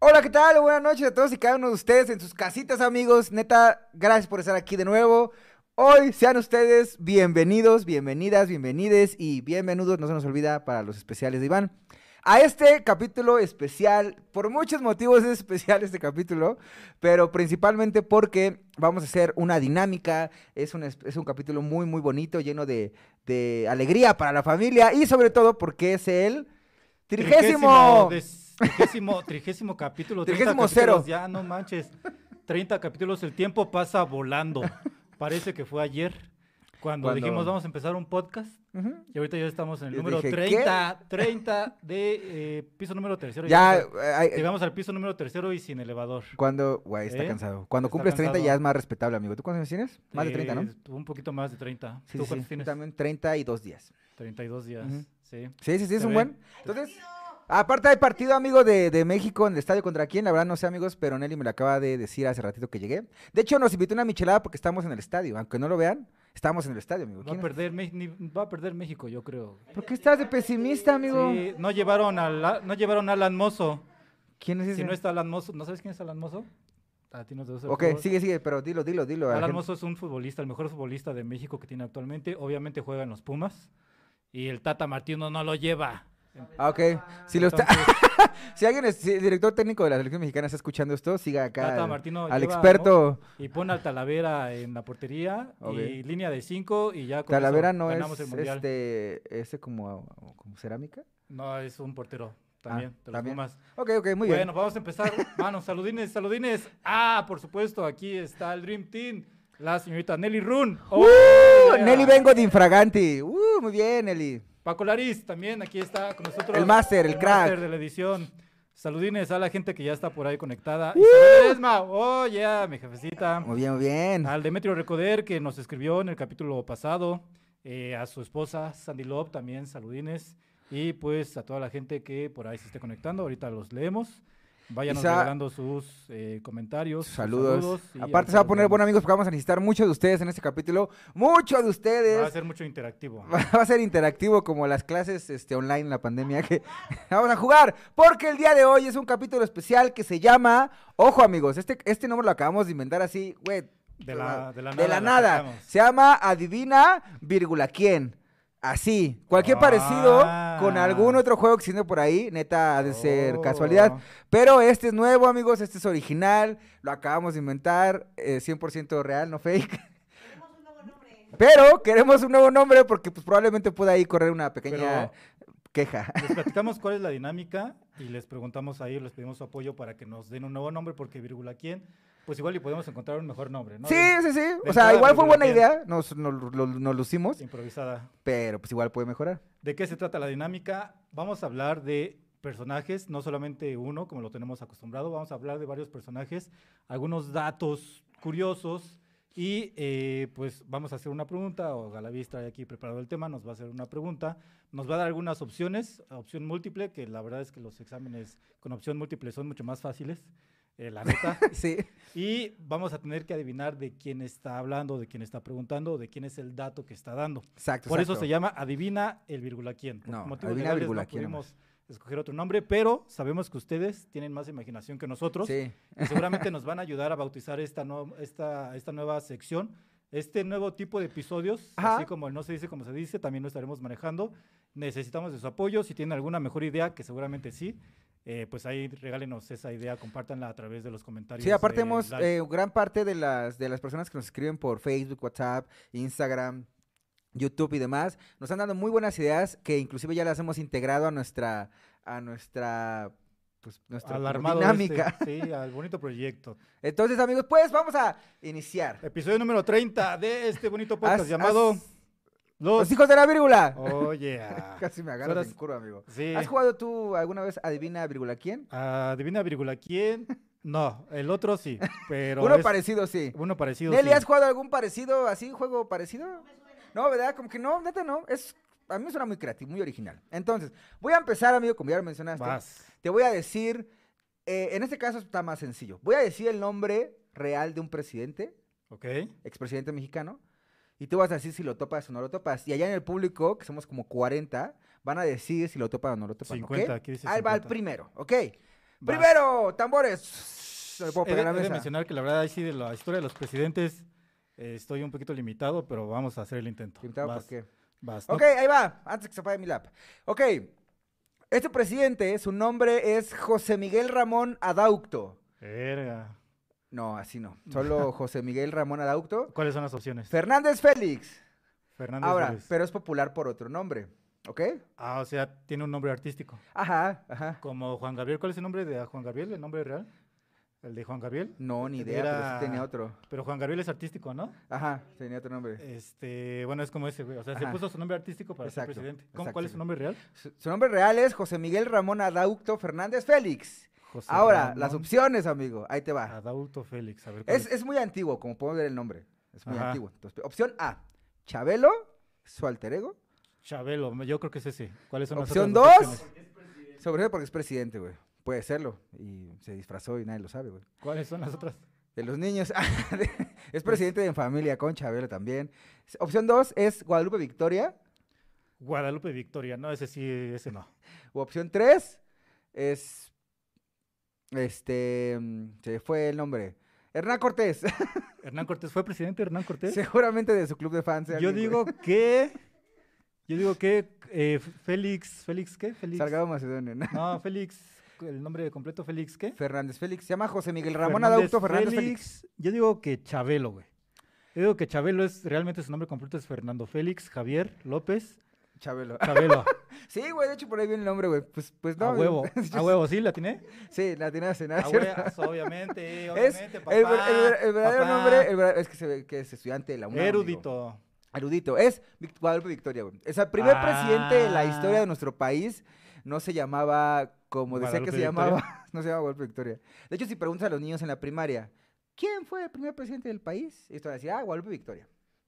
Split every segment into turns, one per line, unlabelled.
Hola, ¿qué tal? Buenas noches a todos y cada uno de ustedes en sus casitas, amigos. Neta, gracias por estar aquí de nuevo. Hoy sean ustedes bienvenidos, bienvenidas, bienvenides y bienvenidos, no se nos olvida, para los especiales de Iván. A este capítulo especial, por muchos motivos es especial este capítulo, pero principalmente porque vamos a hacer una dinámica, es un, es- es un capítulo muy, muy bonito, lleno de, de alegría para la familia y sobre todo porque es el trigésimo.
des- Trigésimo, trigésimo capítulo. 30
Trigésimo
capítulos,
cero.
Ya, no manches. 30 capítulos, el tiempo pasa volando. Parece que fue ayer cuando,
Cuando-
dijimos vamos a empezar un podcast.
Ujú.
Y ahorita ya estamos en el
Yo
número
dije,
30, 30 de eh, piso número tercero.
Ya,
fue.
eh, ay,
llegamos al piso número tercero y sin elevador.
Cuando, güey, está
¿Eh?
cansado. Cuando
Está
cumples 30 ya
cansado.
es más respetable, amigo. ¿Tú cuántos años tienes? Más de 30, ¿no?
Eh, Un poquito más de 30.
Sí,
¿Tú
sí,
cuántos
sí.
tienes?
También 30 y dos días.
32 días.
Ujú.
Sí.
Sí, sí, sí, es
Se
un
ve.
buen. Entonces, aparte hay partido, amigo, de, de México en el estadio contra quién, la verdad no sé, amigos, pero Nelly me lo acaba de decir hace ratito que llegué. De hecho, nos invitó una michelada porque estamos en el estadio. Aunque no lo vean, estamos en el estadio, amigo.
Va a,
¿Quién-
perder, Me- ni- va a perder México, yo creo.
¿Por qué estás de pesimista, amigo?
Sí, no llevaron a la- no llevaron a Alan Mozo.
¿Quién es ese?
Si no está Alan Mozo, ¿no sabes quién es Alan Mozo? A ti no te gusta el
ok,
fútbol.
sigue, sigue, pero dilo, dilo, dilo. a la
Alan
gente.
Mozo es un futbolista, el mejor futbolista de México que tiene actualmente. Obviamente juega en los Pumas. Y el Tata Martino no lo lleva.
Ah, ok. Si, lo está,
Entonces,
si alguien es si el director técnico de la selección mexicana está escuchando esto, siga acá
Tata
al-
Martino
al
lleva,
experto.
Y pone al Talavera en la portería.
Ok.
Y línea de 5 y ya con eso
Talavera no es
ganamos el mundial.
este, este como, como cerámica.
No, es un portero también. de los
Ah, también.
Pumas.
Ok, ok, muy
bueno, vamos a empezar. Mano, saludines, saludines. Ah, por supuesto, aquí está el Dream Team. La señorita Nelly Run.
bien.
Oh,
¡Uh!
yeah.
Nelly vengo de Infraganti. ¡Uh! Muy bien, Nelly.
Paco Laris también, aquí está con nosotros.
El máster, el crack.
máster de la edición. Saludines a la gente que ya está por ahí conectada. Isabel Ledesma, oh yeah, mi jefecita.
Muy bien, muy bien.
Al Demetrio Recoder que nos escribió en el capítulo pasado. Eh, a su esposa Sandy Love también, saludines. Y pues a toda la gente que por ahí se esté conectando, ahorita los leemos. Váyanos
Isa-
regalando sus eh, comentarios. sus
Saludos.
y
Aparte
ahorita
se va a
los
poner bueno,
leemos.
amigos, porque vamos a necesitar muchos de ustedes en este capítulo. Muchos de
Va a
ustedes.
ser mucho interactivo.
Va a ser interactivo como las clases este, online en la pandemia que vamos a jugar. Porque el día de hoy es un capítulo especial que se llama... Ojo, amigos, este, este nombre lo acabamos de inventar así, güey.
De la, de la
De la
nada.
nada.
sacamos.
Se llama Adivina, vírgula, ¿quién? Así. Cualquier parecido con algún
Ah.
otro juego que existe por ahí, neta, ha de ser
Oh.
casualidad. Pero este es nuevo, amigos, este es original, lo acabamos de inventar, eh, 100% real, no fake. Pero queremos un nuevo nombre porque pues, probablemente pueda ahí correr una pequeña queja.
Les platicamos cuál es la dinámica y les preguntamos ahí, les pedimos su apoyo para que nos den un nuevo nombre, porque vírgula quién, pues igual y podemos encontrar un mejor nombre, ¿no?
sí, sí, sí. O
de
sea,
entrada,
igual fue
vírgula,
buena
¿quién?
idea, nos, nos- nos- nos lucimos,
Improvisada.
pero pues igual puede mejorar.
¿De qué se trata la dinámica? Vamos a hablar de personajes, no solamente uno, como lo tenemos acostumbrado, vamos a hablar de varios personajes, algunos datos curiosos y eh, pues vamos a hacer una pregunta, o Galavis trae aquí preparado el tema, nos va a hacer una pregunta, nos va a dar algunas opciones, opción múltiple, que la verdad es que los exámenes con opción múltiple son mucho más fáciles, eh, la neta,
Sí.
y vamos a tener que adivinar de quién está hablando, de quién está preguntando, de quién es el dato que está dando.
Exacto.
Por eso
exacto.
se llama Adivina el vírgula quién. Por
No,
motivos
Adivina
legales
vírgula
no
quién nomás.
pudimos escoger otro nombre, pero sabemos que ustedes tienen más imaginación que nosotros
Sí.
y seguramente nos van a ayudar a bautizar esta, no- esta, esta nueva sección, este nuevo tipo de episodios,
Ajá.
así como el no se dice como se dice, también lo estaremos manejando. Necesitamos de su apoyo, si tienen alguna mejor idea, que seguramente sí. eh, pues ahí regálenos esa idea, compártanla a través de los comentarios.
Sí, aparte
del
hemos,
live.
eh, gran parte de las, de las personas que nos escriben por Facebook, WhatsApp, Instagram, YouTube y demás, nos han dado muy buenas ideas que inclusive ya las hemos integrado a nuestra, a nuestra, pues, nuestra
al
como
armado este,
dinámica.
sí, al bonito proyecto.
Entonces, amigos, pues vamos a iniciar.
Episodio número 30 de este bonito podcast
Haz-
llamado
haz-
Los...
Los hijos de la vírgula.
Oye. ah.
Casi me agarras
Horas- Eh.
en curva, amigo.
Sí. Ah,
¿Has jugado tú alguna vez Adivina Vírgula quién?
Adivina vírgula quién. No, el otro sí, pero
Uno
es-
parecido, sí.
uno parecido.
Nelly,
sí.
¿has jugado algún parecido así, juego parecido? No, ¿verdad? Como que no, neta no. Es, a mí me suena muy creativo, muy original. Entonces, voy a empezar, amigo, como ya lo mencionaste.
Vas.
Te voy a decir, eh, en este caso está más sencillo. Voy a decir el nombre real de un presidente,
Ok.
expresidente mexicano, y tú vas a decir si lo topas o no lo topas. Y allá en el público, que somos como 40, van a decir si lo topan o no lo topan.
50,
¿ok?
aquí dice
Ahí va el
50.
primero, ¿ok? Primero, tambores. No le puedo
He de,
pegar a la
he de
mesa.
Eh, mencionar que la verdad, ahí sí, de la historia de los presidentes, eh, estoy un poquito limitado, pero vamos a hacer el intento.
Limitado, ¿por
Vas,
qué?
vas, ¿no?
Ok, ahí va. Antes que se apague mi lap. Ok. Este presidente, su nombre es José Miguel Ramón Adaucto.
Verga.
No, así no. Solo José Miguel Ramón Adaucto.
¿Cuáles son las opciones?
Fernández Félix.
Fernández
Ahora,
Flores.
pero es popular por otro nombre. ¿Ok?
Ah, o sea, tiene un nombre artístico.
Ajá, ajá.
Como Juan Gabriel, ¿cuál es el nombre de Juan Gabriel? ¿El nombre real? ¿El de Juan Gabriel?
No, ni idea, pero
Era-
sí tenía otro.
Pero Juan Gabriel es artístico, ¿no?
Ajá, tenía otro nombre.
Este, bueno, es como ese, güey. O sea,
Ajá.
se puso su nombre artístico para
Exacto,
ser presidente. ¿Cómo-
exacto,
¿Cuál es
sí.
su nombre real?
Su, su nombre real es José Miguel Ramón Adaucto Fernández Félix.
José
Ahora, las
Ramón
opciones, amigo. Ahí te va.
Adauto Félix. A ver, ¿cuál
Es, es muy antiguo, como podemos ver el nombre. Es muy
Ajá.
antiguo. Entonces, opción A, Chabelo, su alter ego.
Chabelo, yo creo que es ese. ¿Cuáles son las
opción
otras
2,
opciones?
sobre todo porque es presidente, güey. Puede serlo. Y se disfrazó y nadie lo sabe, güey.
¿Cuáles son las otras?
De los niños. es presidente de en familia con Chabelo también. S- Opción 2 es Guadalupe Victoria.
Guadalupe Victoria. No, ese sí, ese no.
O opción 3 es. Este. mm, Se fue el nombre. Hernán Cortés.
Hernán Cortés. ¿Fue presidente Hernán Cortés?
Seguramente de su club de fans. sea
Yo
alguien,
digo
güey.
que... Yo digo que eh, F- Félix... ¿Félix qué? Félix...
Salgado Macedonio, ¿no?
No, Félix... ¿El nombre completo Félix qué?
Fernández Félix. Se llama José Miguel Ramón
Fernández
Adausto Fernández Félix.
Yo digo que Chabelo, güey. Yo digo que Chabelo es... Realmente su nombre completo es Fernando Félix Javier López
Chabelo.
Chabelo.
Sí, güey, de hecho por ahí viene el nombre, güey. Pues, pues no.
a
güey.
huevo. A huevo, ¿sí? ¿La tiene?
Sí, la tiene hace nada,
Ah,
¿cierto?
güey, so- obviamente, eh,
Es
obviamente,
el,
papá.
ver- el ver- el verdadero
papá.
nombre el verdadero- es que, se ve que es estudiante de la UNAM. amigo.
Erudito.
Erudito. Es Vic- Guadalupe Victoria, güey. Es el primer presidente de la historia
Ah.
de nuestro país. No se llamaba como decía que
Guadalupe
se llamaba. No se llamaba Guadalupe Victoria. De hecho, si preguntas a los niños en la primaria, ¿quién fue el primer presidente del país? Y te van a decir, ah, Guadalupe Victoria.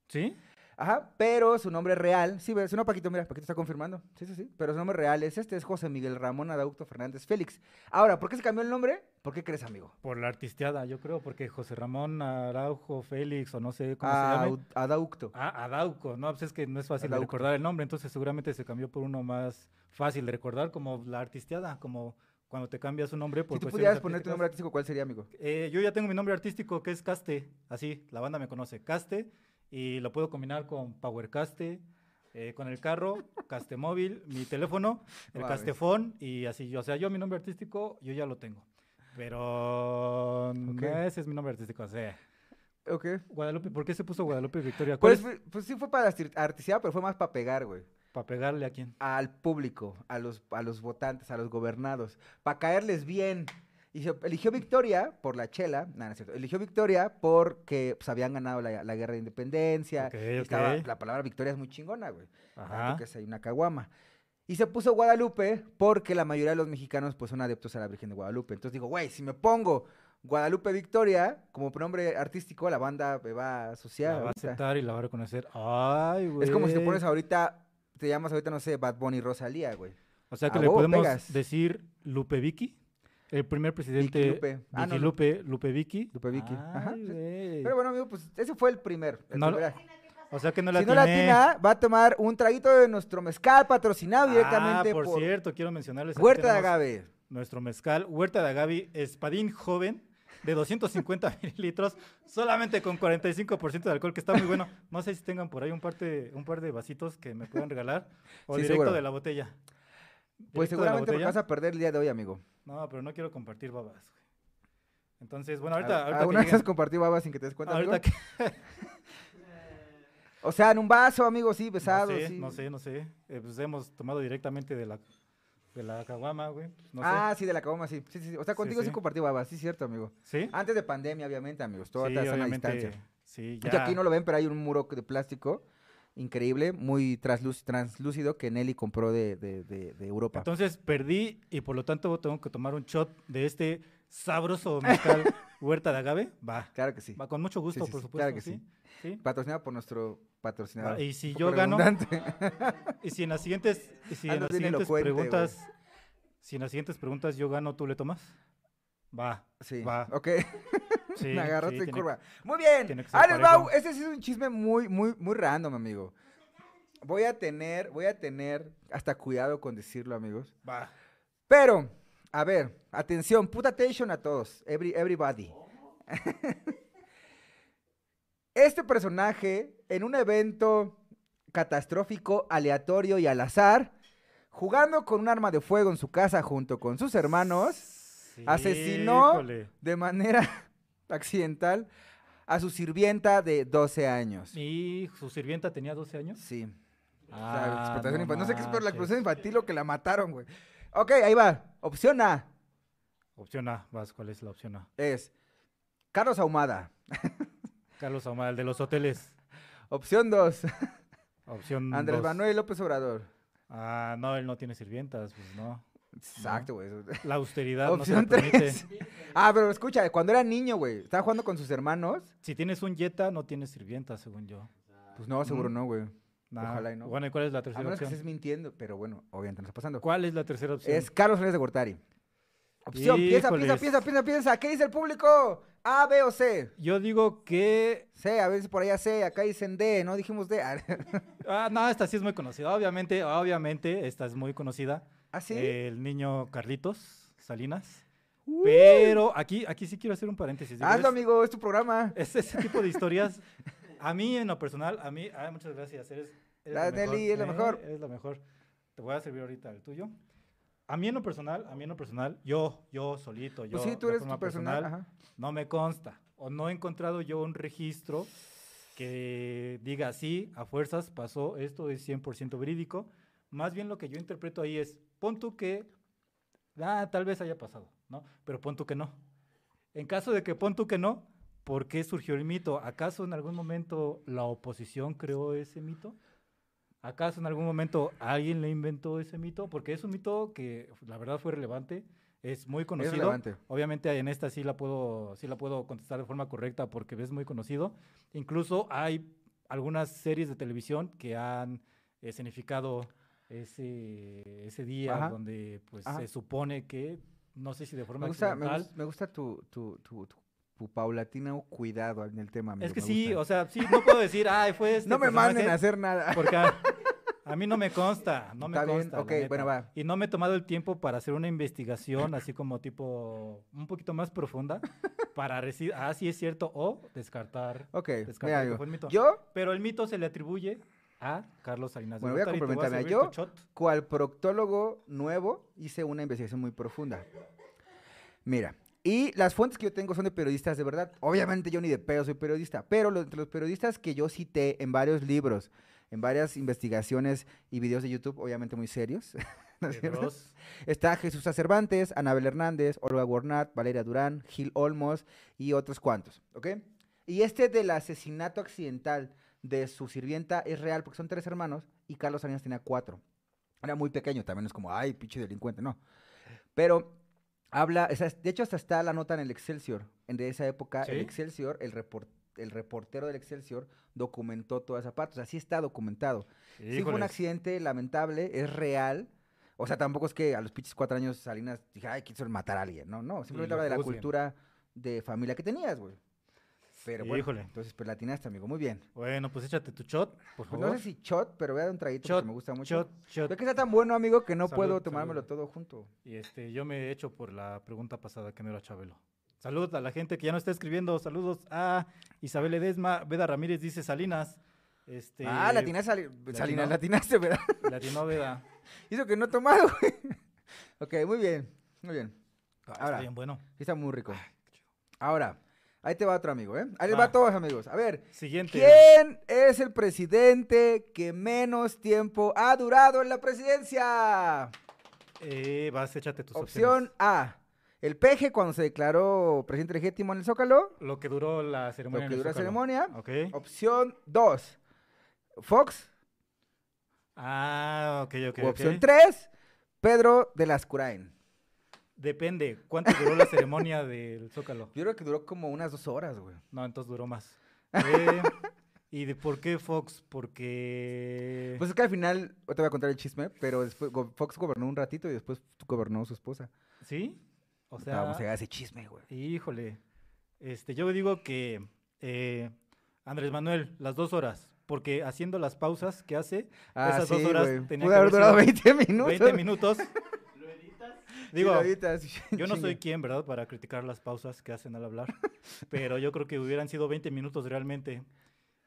¿Sí?
Ajá, pero su nombre real, sí, ve- sí, no, Paquito, mira, Paquito está confirmando, sí, sí, sí, pero su nombre real es este, es José Miguel Ramón Adaucto Fernández Félix. Ahora, ¿por qué se cambió el nombre? ¿Por qué crees, amigo?
Por la artisteada, yo creo, porque José Ramón Araujo Félix, o no sé cómo se
Au-
llama.
Adaucto.
Ah, Adauco. No, pues es que no es fácil
Adauco.
de recordar el nombre, entonces seguramente se cambió por uno más fácil de recordar, como la artisteada, como cuando te cambias un nombre por
Si tú pudieras
cuestiones
poner tu nombre
artísticas.
artístico, ¿cuál sería, amigo?
Eh, yo ya tengo mi nombre artístico, que es Caste, así, la banda me conoce, Caste, y lo puedo combinar con Power Caste, eh, con el carro, Caste Móvil, mi teléfono, el
Mames.
Castefón, y así, yo, o sea, yo mi nombre artístico, yo ya lo tengo, pero
Ok.
ese es mi nombre artístico, o sea,
Ok.
Guadalupe, ¿por qué se puso Guadalupe Victoria? ¿Cuál
Pues,
es?
fue- pues sí fue para arti- artistear, pero fue más para pegar, güey,
¿Para pegarle a quién?
al público, a los, a los votantes, a los gobernados, para caerles bien. Y se- eligió Victoria por la chela, nada, no es cierto, eligió Victoria porque pues, habían ganado la, la guerra de independencia.
Ok,
y estaba-
ok.
la palabra Victoria es muy chingona, güey. tanto
Ajá,
que es ahí una caguama. Y se puso Guadalupe porque la mayoría de los mexicanos pues son adeptos a la Virgen de Guadalupe. Entonces digo, güey, si me pongo Guadalupe Victoria como nombre artístico, la banda me va a asociar.
la va a
ahorita.
aceptar y la va a reconocer, ay, güey.
Es como si te pones ahorita, te llamas ahorita, no sé, Bad Bunny Rosalía, güey.
O sea
A
que le
huevo
podemos
pegas.
decir Lupe Vicky, el primer presidente.
Vicky Lupe.
Vicky
Ah, no, Lu-
Lupe, Lupe Vicky.
Lupe Vicky, ajá,
Ay,
sí.
güey.
Pero bueno, amigo, pues ese fue el primer. el
No lo-
primer-
o sea que no la
si no la
atiné.
atina, va a tomar un traguito de nuestro mezcal patrocinado directamente
ah, por,
por,
cierto, quiero mencionarles. aquí
Huerta de
tenemos
Agave.
Nuestro mezcal, Huerta de Agave, espadín joven de 250 mililitros, solamente con 45% de alcohol, que está muy bueno. No sé si tengan por ahí un par de, un par de vasitos que me puedan regalar o
Sí,
directo
seguro.
de la botella.
Pues
Directo de la
seguramente porque
botella.
vas a perder el día de hoy, amigo.
No, pero no quiero compartir babas, güey. Entonces, bueno,
¿Al-
ahorita. ahorita que
Ah, ¿Alguna vez
lleguen-
has compartido babas sin que te des cuenta?
Ahorita
amigo?
que-
O sea, en un vaso, amigo, sí, besado.
no sé,
sí.
no sé, no sé. Eh, pues hemos tomado directamente de la de la caguama, güey. No
ah, sí, de la coma, sí. sí, sí, sí. O sea,
Sí,
contigo sí,
sí.
compartí babas, sí, cierto, amigo.
sé. ¿Sí?
Antes de pandemia, obviamente, amigos. Todo
sí,
está a sana
obviamente,
distancia.
Sí,
De
ya.
hecho, aquí no lo ven, pero hay un muro de plástico increíble, muy traslú- translúcido, que Nelly compró de, de- de- de Europa.
Entonces perdí y por lo tanto tengo que tomar un shot de este sabroso mezcal huerta de agave. Va.
claro que sí.
Va con mucho gusto,
sí,
por
sí,
supuesto.
claro que
sí. sí.
Patrocinado por nuestro patrocinador.
Va, Ah, y si
Un
yo
poco
gano,
redundante.
y si en las siguientes, y si en
Andas
las
bien
siguientes
elocuente, güey.
preguntas, si en las siguientes preguntas yo gano, tú le tomas. Va.
Sí.
Va.
Ok.
Sí,
Me agarraste
sí,
en
tiene-
curva. Muy bien.
tiene que ser
Alex Bau,
parejo.
este sí es un chisme muy, muy, muy random, amigo. Voy a tener, voy a tener hasta cuidado con decirlo, amigos.
Va.
Pero, a ver, atención, put attention a todos, every- everybody. este personaje, en un evento catastrófico, aleatorio y al azar, jugando con un arma de fuego en su casa junto con sus hermanos, asesinó
Híjole.
de manera accidental a su sirvienta de 12 años.
¿Y su sirvienta tenía 12 años?
Sí. O sea,
Ah,
explotación
no
infan- no sé qué es por la
manches.
explotación infantil o que la mataron, güey. Ok, ahí va. Opción A
Opción A, vas, ¿cuál es la opción A?
es Carlos Ahumada.
Carlos Ahumada, el de los hoteles.
Opción 2,
Opción
Andrés
Mm, dos.
Manuel López Obrador.
Ah, no, él no tiene sirvientas, pues no.
Exacto, güey. eso-
La austeridad
Opción
no se la permite.
3. Ah, pero escucha, cuando era niño, güey, estaba jugando con sus hermanos.
Si tienes un Jetta, no tienes sirvientas, según yo.
Pues no, seguro
Ujú.
no, güey.
Nah.
Ojalá y no.
Bueno, ¿y cuál es la
A
tercera
menos que
opción?
estés mintiendo, pero bueno, obviamente no está pasando.
¿Cuál es la tercera opción?
Es Carlos Flores de Gortari. Opción, piensa, piensa,
Híjoles.
piensa, piensa, piensa. ¿Qué dice el público? A, B o C.
Yo digo que...
C, a veces por allá C, acá dicen D, no dijimos D.
Ah, no, esta sí es muy conocida. Obviamente, obviamente, esta es muy conocida.
¿Ah, sí?
El niño Carlitos Salinas.
Uy.
Pero aquí, aquí sí Eh, quiero hacer un paréntesis. digo,
Uh. Hazlo,
es-
amigo, es tu programa.
Es ese tipo de historias. A mí, en lo personal, a mí, ay, muchas gracias. Eres, eres
Gracias, Nelly, es la mejor.
Eres la mejor. Te voy a servir ahorita el tuyo. A mí, en lo personal, a mí, en lo personal, yo, yo solito, yo.
Pues sí, tú
de
eres
forma
tu personal. ajá.
No me consta. O no he encontrado yo un registro que diga, sí, a fuerzas pasó, esto es 100% verídico. Más bien lo que yo interpreto ahí es, pon tú que, ah, tal vez haya pasado, ¿no? Pero pon tú que no. En caso de que pon tú que no, ¿por qué surgió el mito? ¿Acaso en algún momento la oposición creó ese mito? ¿Acaso en algún momento alguien le inventó ese mito? Porque es un mito que la verdad fue relevante, es muy conocido.
relevante.
Obviamente en esta sí la puedo sí la puedo contestar de forma correcta porque es muy conocido. Incluso hay algunas series de televisión que han eh, significado ese, ese día
Ajá.
donde pues
Ajá.
se supone que no sé si de forma
Me gusta, me,
accidental,
gus- me gusta tu, tu, tu, tu- tu paulatino cuidado en el tema. Amigo,
Es que
me
sí,
gusta.
o sea, sí, no puedo decir, ay, fue este
no me
personaje", pues,
manden a hacer nada.
Porque a, a mí no me consta, no me
Está bien,
consta. la
ok, bueno,
neta.
va.
Y no me he tomado el tiempo para hacer una investigación así como tipo un poquito más profunda para decir, ah, sí es cierto, o descartar.
Ok,
descartar
mira,
que
amigo.
pues, fue un mito.
Yo,
Pero el mito se le atribuye a Carlos Salinas. de
Bueno, voy a
Gortari. Te
complementar,
servir
mira,
tu
yo-
shot.
cual proctólogo nuevo, hice una investigación muy profunda. Mira, y las fuentes que yo tengo son de periodistas de verdad. Obviamente yo ni de pedo soy periodista, pero lo- entre los periodistas que yo cité en varios libros, en varias investigaciones y videos de YouTube, obviamente muy serios, ¿no es
de
cierto?
dos.
Está Jesús A. Cervantes, Anabel Hernández, Olga Gornat, Valeria Durán, Gil Olmos y otros cuantos, ¿ok? Y este del asesinato accidental de su sirvienta es real porque son tres hermanos y Carlos Salinas tenía cuatro. Era muy pequeño, también es como, ay, pinche delincuente, no. Pero habla, o sea, de hecho hasta está la nota en el Excelsior. En de esa época, el
¿Sí?
Excelsior, el, repor- el reportero del Excelsior documentó toda esa parte, o sea, sí está documentado. Sí fue un
Híjoles.
accidente lamentable, es real. O sea, tampoco es que a los pinches cuatro años Salinas dije, ay, quiso matar a alguien. No, no, simplemente
lo
habla de la
juzguen.
cultura de familia que tenías, güey. Pero bueno,
Híjole.
entonces, pues latinaste, amigo, muy bien.
Bueno, pues échate tu shot,
Pues
por favor.
no sé si shot, pero voy a dar un traguito porque
Shot,
me gusta mucho.
shot, shot.
Creo que está tan bueno, amigo, que no
Salud,
puedo
salud,
tomármelo
güey.
todo junto.
Y este, yo me he hecho por la pregunta pasada que no era Chabelo. Saludos a la gente que ya no está escribiendo. Saludos a Isabel Edesma. Veda Ramírez dice Salinas. Este,
ah, latinaste, Sali- Salinas,
latinó.
latinaste, ¿verdad?
Latino Veda.
Hizo que no he tomado, güey. Ok, muy bien, muy bien.
Ah,
Ahora.
Está bien bueno.
Sí Está muy rico.
qué chido.
Ahora, ahí te va otro amigo, ¿eh? Ahí les
Va.
va a todos, amigos. A ver,
Siguiente.
¿Quién es el presidente que menos tiempo ha durado en la presidencia?
Eh, vas, échate tus opciones.
Opción A. El peje cuando se declaró presidente legítimo en el Zócalo.
Lo que duró la
Lo
ceremonia.
que
en el
duró la
Zócalo.
ceremonia.
Ok.
Opción 2. Fox.
Ah, ok, ok.
o
ok.
opción 3. Pedro de las Curain.
Depende. ¿Cuánto duró la ceremonia del Zócalo?
Yo creo que duró como unas dos horas, güey.
No, entonces duró más. Eh, ¿Y de por qué Fox? Porque.
Pues es que al final, te voy a contar el chisme, pero después go- Fox gobernó un ratito y después gobernó su esposa.
¿Sí? O
Puta, Vamos a
sea,
llegar a ese chisme, güey.
híjole. Este, yo digo que eh, Andrés Manuel, las dos horas, porque haciendo las pausas que hace,
Ah,
esas
sí,
dos horas
güey.
tenían
Pudo
que
haber
haber
durado
sido
20 minutos.
20 minutos.
Sí,
Digo,
lo evitas,
yo no soy
chinga.
quien, ¿verdad?, para criticar las pausas que hacen al hablar, pero yo creo que hubieran sido 20 minutos realmente.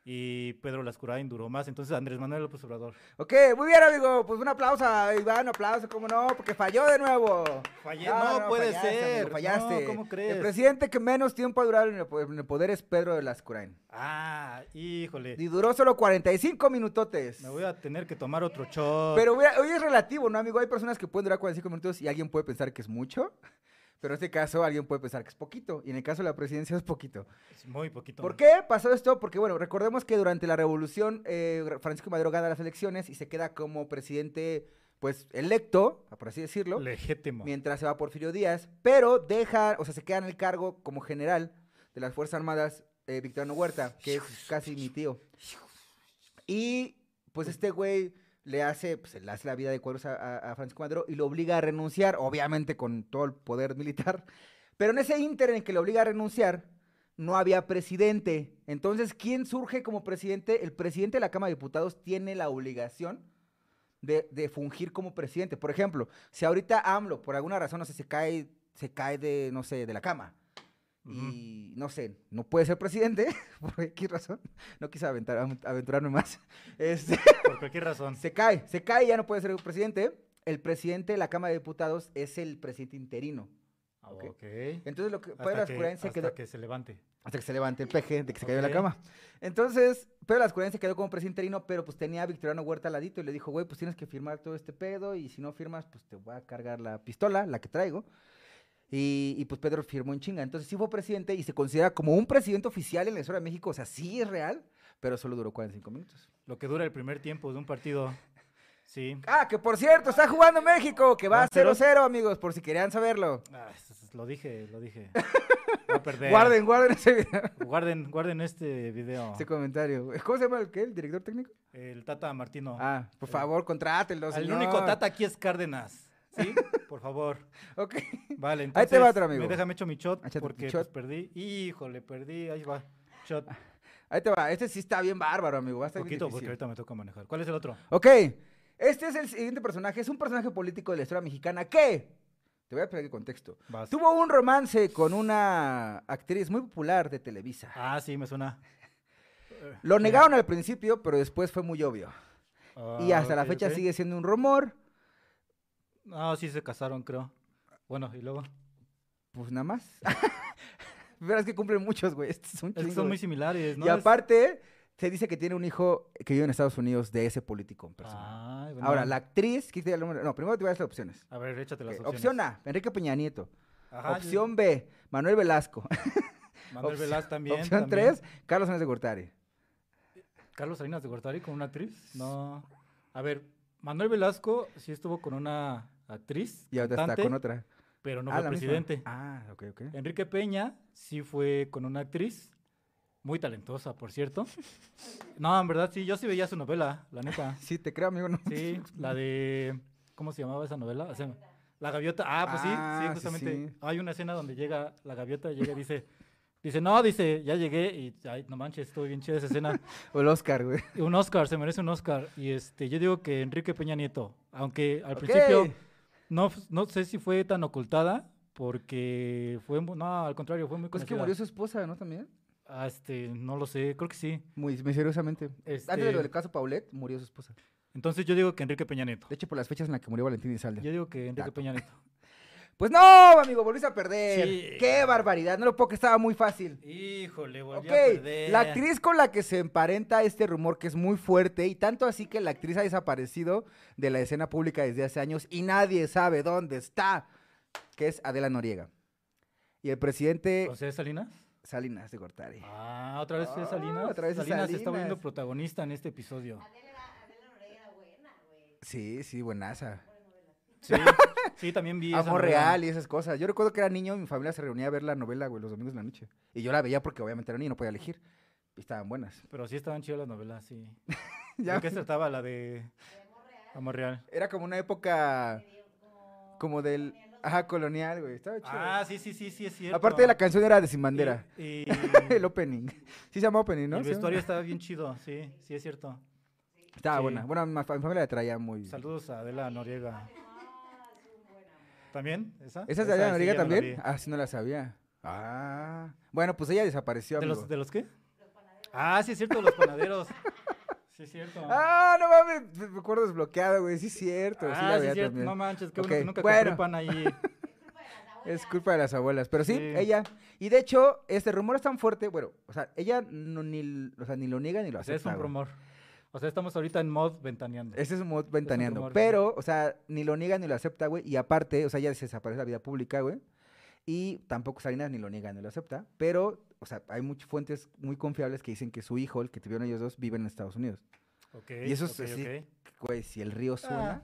Y Pedro Lascurain duró más, entonces Andrés Manuel López Obrador.
Ok, muy bien, amigo. Pues un aplauso a Iván, un aplauso, cómo no, porque falló de nuevo.
Fallé, no, puede
fallaste, amigo,
ser.
fallaste.
No, ¿cómo
El
crees?
presidente que menos tiempo ha durado en el po- en el poder es Pedro de Lascurain.
Ah, híjole.
Y duró solo 45 minutotes.
Me voy a tener que tomar otro shot.
Pero hubiera- hoy es relativo, ¿no, amigo? Hay personas que pueden durar 45 minutos y alguien puede pensar que es mucho. Pero en este caso, alguien puede pensar que es poquito. Y en el caso de la presidencia es poquito.
Es muy poquito.
¿Por qué pasó esto? Porque, bueno, recordemos que durante la revolución eh, Ra- Francisco Madero gana las elecciones y se queda como presidente, pues, electo, por así decirlo,
Legítimo.
mientras se va Porfirio Díaz, pero deja, o sea, se queda en el cargo como general de las Fuerzas Armadas eh, Victoriano Huerta, que es casi mi tío. Y, pues, este güey le hace, pues, le hace la vida de cuadros a, a- a Francisco Madero y lo obliga a renunciar, obviamente con todo el poder militar. Pero en ese ínter en el que le obliga a renunciar, no había presidente. Entonces, ¿quién surge como presidente? El presidente de la Cámara de Diputados tiene la obligación de, de fungir como presidente. Por ejemplo, si ahorita AMLO, por alguna razón, no sé, se cae, se cae de, no sé, de la cama.
Ujú.
Y no sé, no puede ser presidente, por X razón. No quise aventar- aventurarme más. Este,
Por cualquier razón.
se cae, se cae y ya no puede ser presidente. El presidente de la Cámara de Diputados es el presidente interino.
Ah,
Ok.
Ok.
Entonces, lo que Pedro
Hasta, que,
Lascurain se
hasta
quedó.
que se levante.
Hasta que se levante el peje de que se cayó de la
Ok.
cama. Entonces, Pedro Lascurain se quedó como presidente interino, pero pues tenía a Victoriano Huerta al ladito y le dijo, güey, pues tienes que firmar todo este pedo y si no firmas, pues te voy a cargar la pistola, la que traigo. Y, y, pues Pedro firmó en chinga. Entonces sí fue presidente y se considera como un presidente oficial en la historia de México. O sea, sí es real, pero solo duró 45 minutos.
Lo que dura el primer tiempo de un partido. Sí.
Ah, que por cierto, está jugando México, que va a
¿Va cero?
0-0, amigos, por si querían saberlo.
Ah, s- s- lo dije, lo dije. Va a perder.
Guarden, guarden ese video,
Guarden, guarden este video.
ese comentario. ¿Cómo se llama el qué? ¿El director técnico?
El Tata Martino.
Ah, por
Eh,
favor, contrátenlo.
Al
señor.
único Tata aquí es Cárdenas. ¿Sí? Por favor.
Ok.
Vale,
va
entonces.
otro, amigo.
Me déjame hecho mi shot
Échate tu
porque
shot.
pues, perdí. Híjole, perdí. Ahí va. Shot.
Ahí te va. Este sí está bien bárbaro, amigo. Va a estar bien
poquito porque
difícil.
ahorita me toca manejar. ¿Cuál es el otro?
Ok. Este es el siguiente personaje. Es un personaje político de la historia mexicana que... Te voy a pedir el contexto.
Vas.
Tuvo un romance con una actriz muy popular de Televisa.
Ah, sí, me suena. Eh,
Lo negaron al principio, pero después fue muy obvio. y
Ah,
hasta la
ok,
fecha
ok.
sigue siendo un rumor.
No, sí se casaron, creo. Bueno, y luego.
Pues nada más. pero es que cumplen muchos, güey. Este es un
Es que
chingo,
son muy
güey.
similares, ¿no?
y
Es-
aparte, se dice que tiene un hijo que vive en Estados Unidos de ese político en persona.
Ay, bueno.
Ahora, la actriz... ¿qué te da el nombre? No, primero te voy a dar las opciones.
A ver, échate las
Ok,
opciones.
Opción A, Enrique Peña Nieto.
Ajá, yo-
opción B, Manuel Velasco.
Manuel
opción-
Velaz también.
opción
también.
3, Carlos Sánchez de Gortari.
Carlos Salinas de Gortari con una actriz. No. A ver, Manuel Velasco sí estuvo con una actriz.
Y ahora está
cantante,
con otra.
Pero no
Ah,
fue
la misma.
presidente.
Ah, ok, ok.
Enrique Peña sí fue con una actriz. Muy talentosa, por cierto. No, en verdad, sí, yo sí veía su novela, la neta.
Sí, te creo, amigo. No.
Sí, la de. ¿Cómo se llamaba esa novela? O sea, la gaviota. Ah, pues sí,
Ah, sí,
sí, justamente.
sí.
Hay una escena donde llega la gaviota, llega y dice. Dice, no, dice, ya llegué y ay, no manches, estuvo bien chida esa escena.
O el Oscar, güey.
Un Oscar, se merece un Oscar. Y este, yo digo que Enrique Peña Nieto, aunque al
Ok. Pues
principio no, f- no sé si fue tan ocultada, porque fue, mu- no, al contrario, fue muy
Pues es
conocida.
que murió su esposa, ¿no? También.
Ah, este, no lo sé, creo que sí.
Muy misteriosamente. Antes de lo
Este,
del caso Paulette, murió su esposa.
entonces yo digo que Enrique Peña Nieto.
De hecho, por las fechas en las que murió Valentín Elizalde.
Yo digo que Enrique
Dato.
Peña Nieto.
Pues no, amigo, volviste a perder.
Sí.
Qué barbaridad. No lo puedo, que estaba muy fácil.
Híjole, volví
Ok,
a perder.
la actriz con la que se emparenta este rumor que es muy fuerte y tanto así que la actriz ha desaparecido de la escena pública desde hace años y nadie sabe dónde está, que es Adela Noriega. Y el presidente
¿O sea, es Salinas?
Salinas de Gortari.
Pues Ah, otra vez
Ah,
es Salinas.
otra vez es
Salinas se está
Salinas.
volviendo protagonista en este episodio.
Sí, sí, buenaza.
Sí, sí también vi. esa
Amor
novela.
real y esas cosas. Yo recuerdo que era niño y mi familia se reunía a ver la novela, güey, los domingos de la noche. Y yo la veía porque obviamente era niño y no podía elegir. Y estaban buenas.
Pero sí estaban chidas las novelas, sí.
Ya.
¿De qué se trataba la de Amor Real?
Era como una época como del Ajá, colonial, güey. Estaba chido.
Ah, sí, sí, sí, sí, es cierto.
Aparte la canción era de Sin Bandera.
Y, y-
el opening. Sí se llama opening, ¿no?
El
Sí.
vestuario estaba bien chido, sí, sí es cierto.
Estaba
sí.
buena. Bueno, mi fa- mi familia la traía muy...
Saludos a Adela Noriega. ¿También? ¿Esa?
¿Esa es de
Esa
Adela
sí,
Noriega
ya no la
también?
vi.
ah, sí, no la sabía. Ah. Bueno, pues ella desapareció,
¿De
amigo.
los, ¿De los qué? Ah, sí es cierto, los panaderos. sí es cierto.
Ah, no mames, me- me acuerdo desbloqueado, güey, sí es cierto, sí
Ah,
la
sí
veía
es cierto.
también.
No manches, qué
Ok,
bueno que nunca
bueno.
compré pan ahí.
Es culpa de las abuelas, pero sí,
Sí.
ella. Y de hecho, este rumor es tan fuerte, bueno, o sea, ella no, ni, l- o sea, ni lo niega ni lo
O sea, es
acepta.
un
güey.
rumor. O sea, estamos ahorita en mod ventaneando.
Ese es un mod ventaneando,
rumor, sí.
pero, o sea, ni lo niega ni lo acepta, güey, y aparte, o sea, ella se desaparece de la vida pública, güey, y tampoco Salinas ni lo niega ni lo acepta, pero, o sea, hay muchas fuentes muy confiables que dicen que su hijo, el que tuvieron ellos dos, vive en Estados Unidos.
Ok,
y eso es
ok,
así,
ok.
Güey, si el río
Ah,
suena,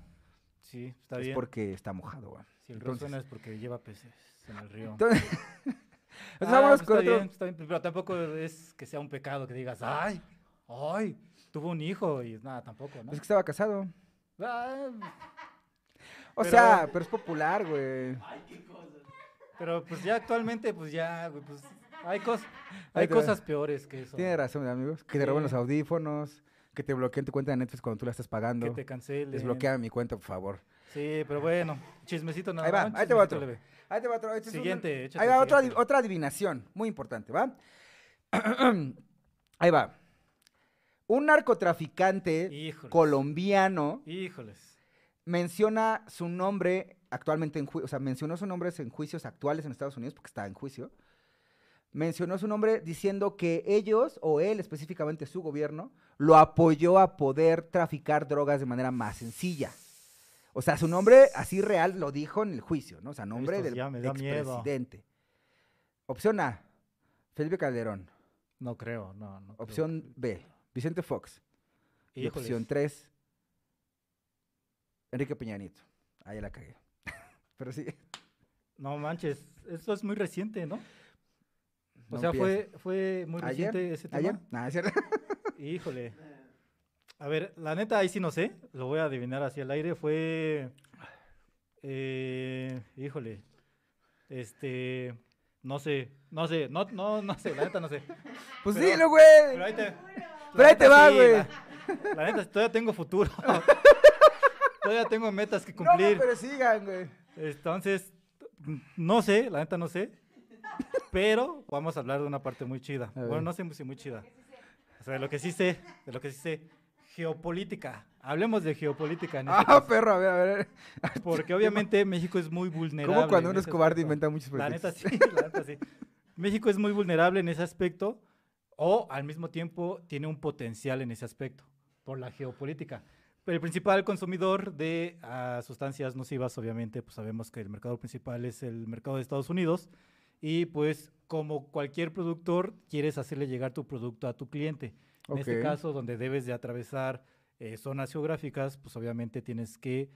sí, está
es
bien. Ah,
porque está mojado, güey.
Si el río
entonces-
suena es porque lleva peces en el río.
Entonces, entonces
Ah,
vámonos
pues
con
está
otro-
bien, está bien, pero tampoco es que sea un pecado que digas, ay, ay, tuvo un hijo y nada, tampoco, ¿no?
Pues es que estaba casado.
Ah,
O
Pero-
sea, pero es popular, güey.
pero pues ya actualmente, pues ya, güey, pues hay, cos-
Ahí
hay
te-
cosas peores que eso.
Tiene razón, amigos. Que te roben los
Sí.
audífonos, que te bloqueen tu cuenta de Netflix cuando tú la estás
Que
pagando.
te cancelen.
Desbloquea mi cuenta, por favor.
Sí, pero bueno, chismecito nada
Ahí va,
más,
ahí te va
chismecito
otro.
leve.
Ahí te va otro. este es un-
Siguiente, échate
Ahí
el
va otra,
siguiente.
adi- otra adivinación, muy importante, ¿va? Ahí va. Un narcotraficante
Híjoles.
colombiano
Híjoles.
menciona su nombre actualmente en juicio, o sea, mencionó su nombre en juicios actuales en Estados Unidos porque está en juicio. Mencionó su nombre diciendo que ellos, o él específicamente su gobierno, lo apoyó a poder traficar drogas de manera más sencilla. O sea, su nombre así real lo dijo en el juicio, ¿no? O sea, nombre
Estos
del
ya me da miedo.
expresidente. Opción A, Felipe Calderón.
No creo, no, no. creo.
Opción B, Vicente Fox. Y
Híjoles.
opción 3, Enrique Peña Nieto. Ahí la cagué. Pero sí.
No manches, esto es muy reciente, ¿no? O
no
sea,
empieza.
fue, fue muy
¿Ayer?
reciente ese tema.
¿Ayer? Nah, es cierto.
Híjole. A ver, la neta, ahí sí no sé. Lo voy a adivinar hacia el aire. Fue. eh, híjole. Este. No sé. No sé. No, no, no sé. La neta, no sé.
Pues
Pero-
dilo, güey.
Pero ahí te,
Pero
la
ahí te
neta,
va,
sí,
güey.
La, la neta, todavía tengo futuro. todavía tengo metas que
No, güey,
cumplir.
pero sigan, güey.
Entonces, no sé. La neta, no sé. Pero vamos a hablar de una parte muy chida.
ver.
Bueno, no sé si muy chida. O sea, de lo que sí sé. De lo que sí sé. Geopolítica. Hablemos de geopolítica. en este
Ah, perro, a ver, a ver.
Porque obviamente México es muy vulnerable.
Como Ah, cuando
en
uno es
ese
cobarde
aspecto.
inventa muchos
La neta
proyectos.
sí, la neta sí. México es muy vulnerable en ese aspecto o al mismo tiempo tiene un potencial en ese aspecto por la geopolítica. Pero el principal consumidor de ah, sustancias nocivas, obviamente, pues sabemos que el mercado principal es el mercado de Estados Unidos y pues como cualquier productor quieres hacerle llegar tu producto a tu cliente. En este
Ok.
caso, donde debes de atravesar eh, zonas geográficas, pues obviamente tienes que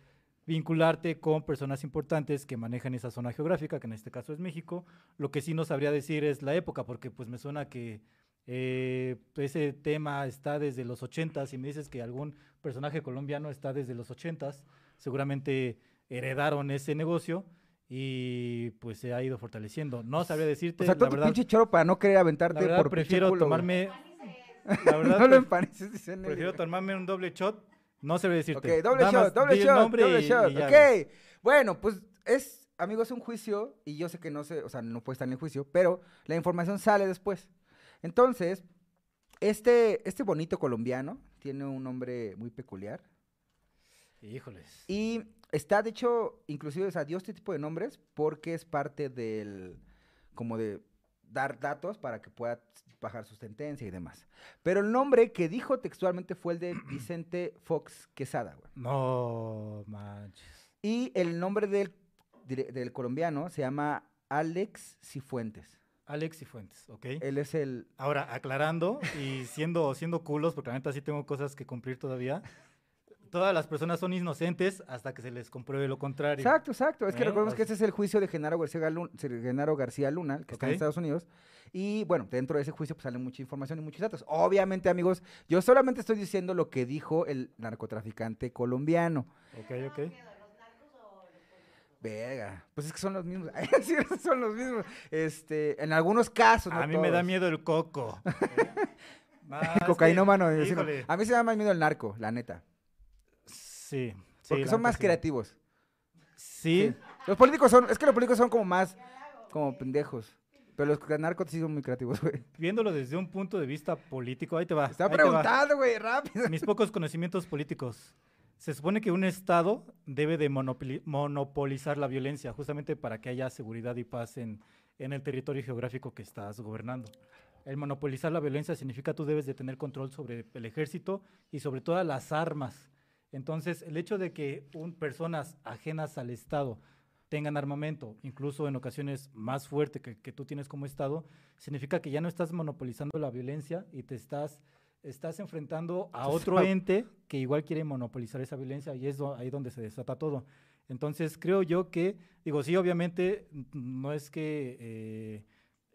vincularte con personas importantes que manejan esa zona geográfica, que en este caso es México. Lo que sí no sabría decir es la época, porque pues me suena que eh, ese tema está desde los 80s y me dices que algún personaje colombiano está desde los 80s, seguramente heredaron ese negocio y pues se ha ido fortaleciendo. No sabría decirte,
O sea,
la
todo tu
verdad,
pinche choro para no querer aventarte
la verdad
por pinche
prefiero
culo, güey.
tomarme... La verdad,
No lo
pref-
empanices, dice Nelly,
Prefiero
güey.
tomarme un doble shot. No sé decirte.
Ok, doble
Nada más
shot, doble
di el
shot,
nombre
doble
y- y
shot.
ya, güey.
ok. Bueno, pues es, amigos, un juicio y yo sé que no sé, o sea, no puede estar en el juicio, pero la información sale después. Entonces, este, este bonito colombiano tiene un nombre muy peculiar
Híjoles.
y está, de hecho, inclusive, o sea, dio este tipo de nombres porque es parte del, como de dar datos para que pueda bajar su sentencia y demás. Pero el nombre que dijo textualmente fue el de Vicente Fox Quesada, güey.
No manches.
Y el nombre del, dire- del colombiano se llama Alex Cifuentes.
Alex y Fuentes, ¿ok?
Él es el...
Ahora, aclarando y siendo, siendo culos, porque la neta sí tengo cosas que cumplir todavía. Todas las personas son inocentes hasta que se les compruebe lo contrario.
Exacto, exacto. Es que
Eh,
recordemos
o
que
sea-
este es el juicio de Genaro García, Galun- Sir Genaro García Luna, el que está en
Ok.
Estados Unidos. Y bueno, dentro de ese juicio pues, sale mucha información y muchos datos. Obviamente, amigos, yo solamente estoy diciendo lo que dijo el narcotraficante colombiano.
Ok, ok.
Verga. Pues es que son los mismos. sí, son los mismos. Este, en algunos casos, no
a mí me da
todos.
miedo el coco. Más que-
Cocainómano. Ah. yo sí no.
Híjole.
A mí se me da más miedo el narco, la neta.
Sí. sí,
Porque
la
son
neta
más
sí.
creativos.
Sí.
Sí. Los políticos son, es que los políticos son como más, como pendejos. Pero los narcos sí son muy creativos, güey.
viéndolo desde un punto de vista político, ahí te va.
Estaba
ahí te va.
preguntando, güey, rápido.
Mis pocos conocimientos políticos. Se supone que un Estado debe de monopoli- monopolizar la violencia justamente para que haya seguridad y paz en, en el territorio geográfico que estás gobernando. El monopolizar la violencia significa tú debes de tener control sobre el ejército y sobre todas las armas. Entonces, el hecho de que un, personas ajenas al Estado tengan armamento, incluso en ocasiones más fuerte que, que tú tienes como Estado, significa que ya no estás monopolizando la violencia y te estás, estás enfrentando a otro ente que igual quiere monopolizar esa violencia y es do- ahí donde se desata todo. Entonces, creo yo que, digo, sí, obviamente, n- no es que, eh,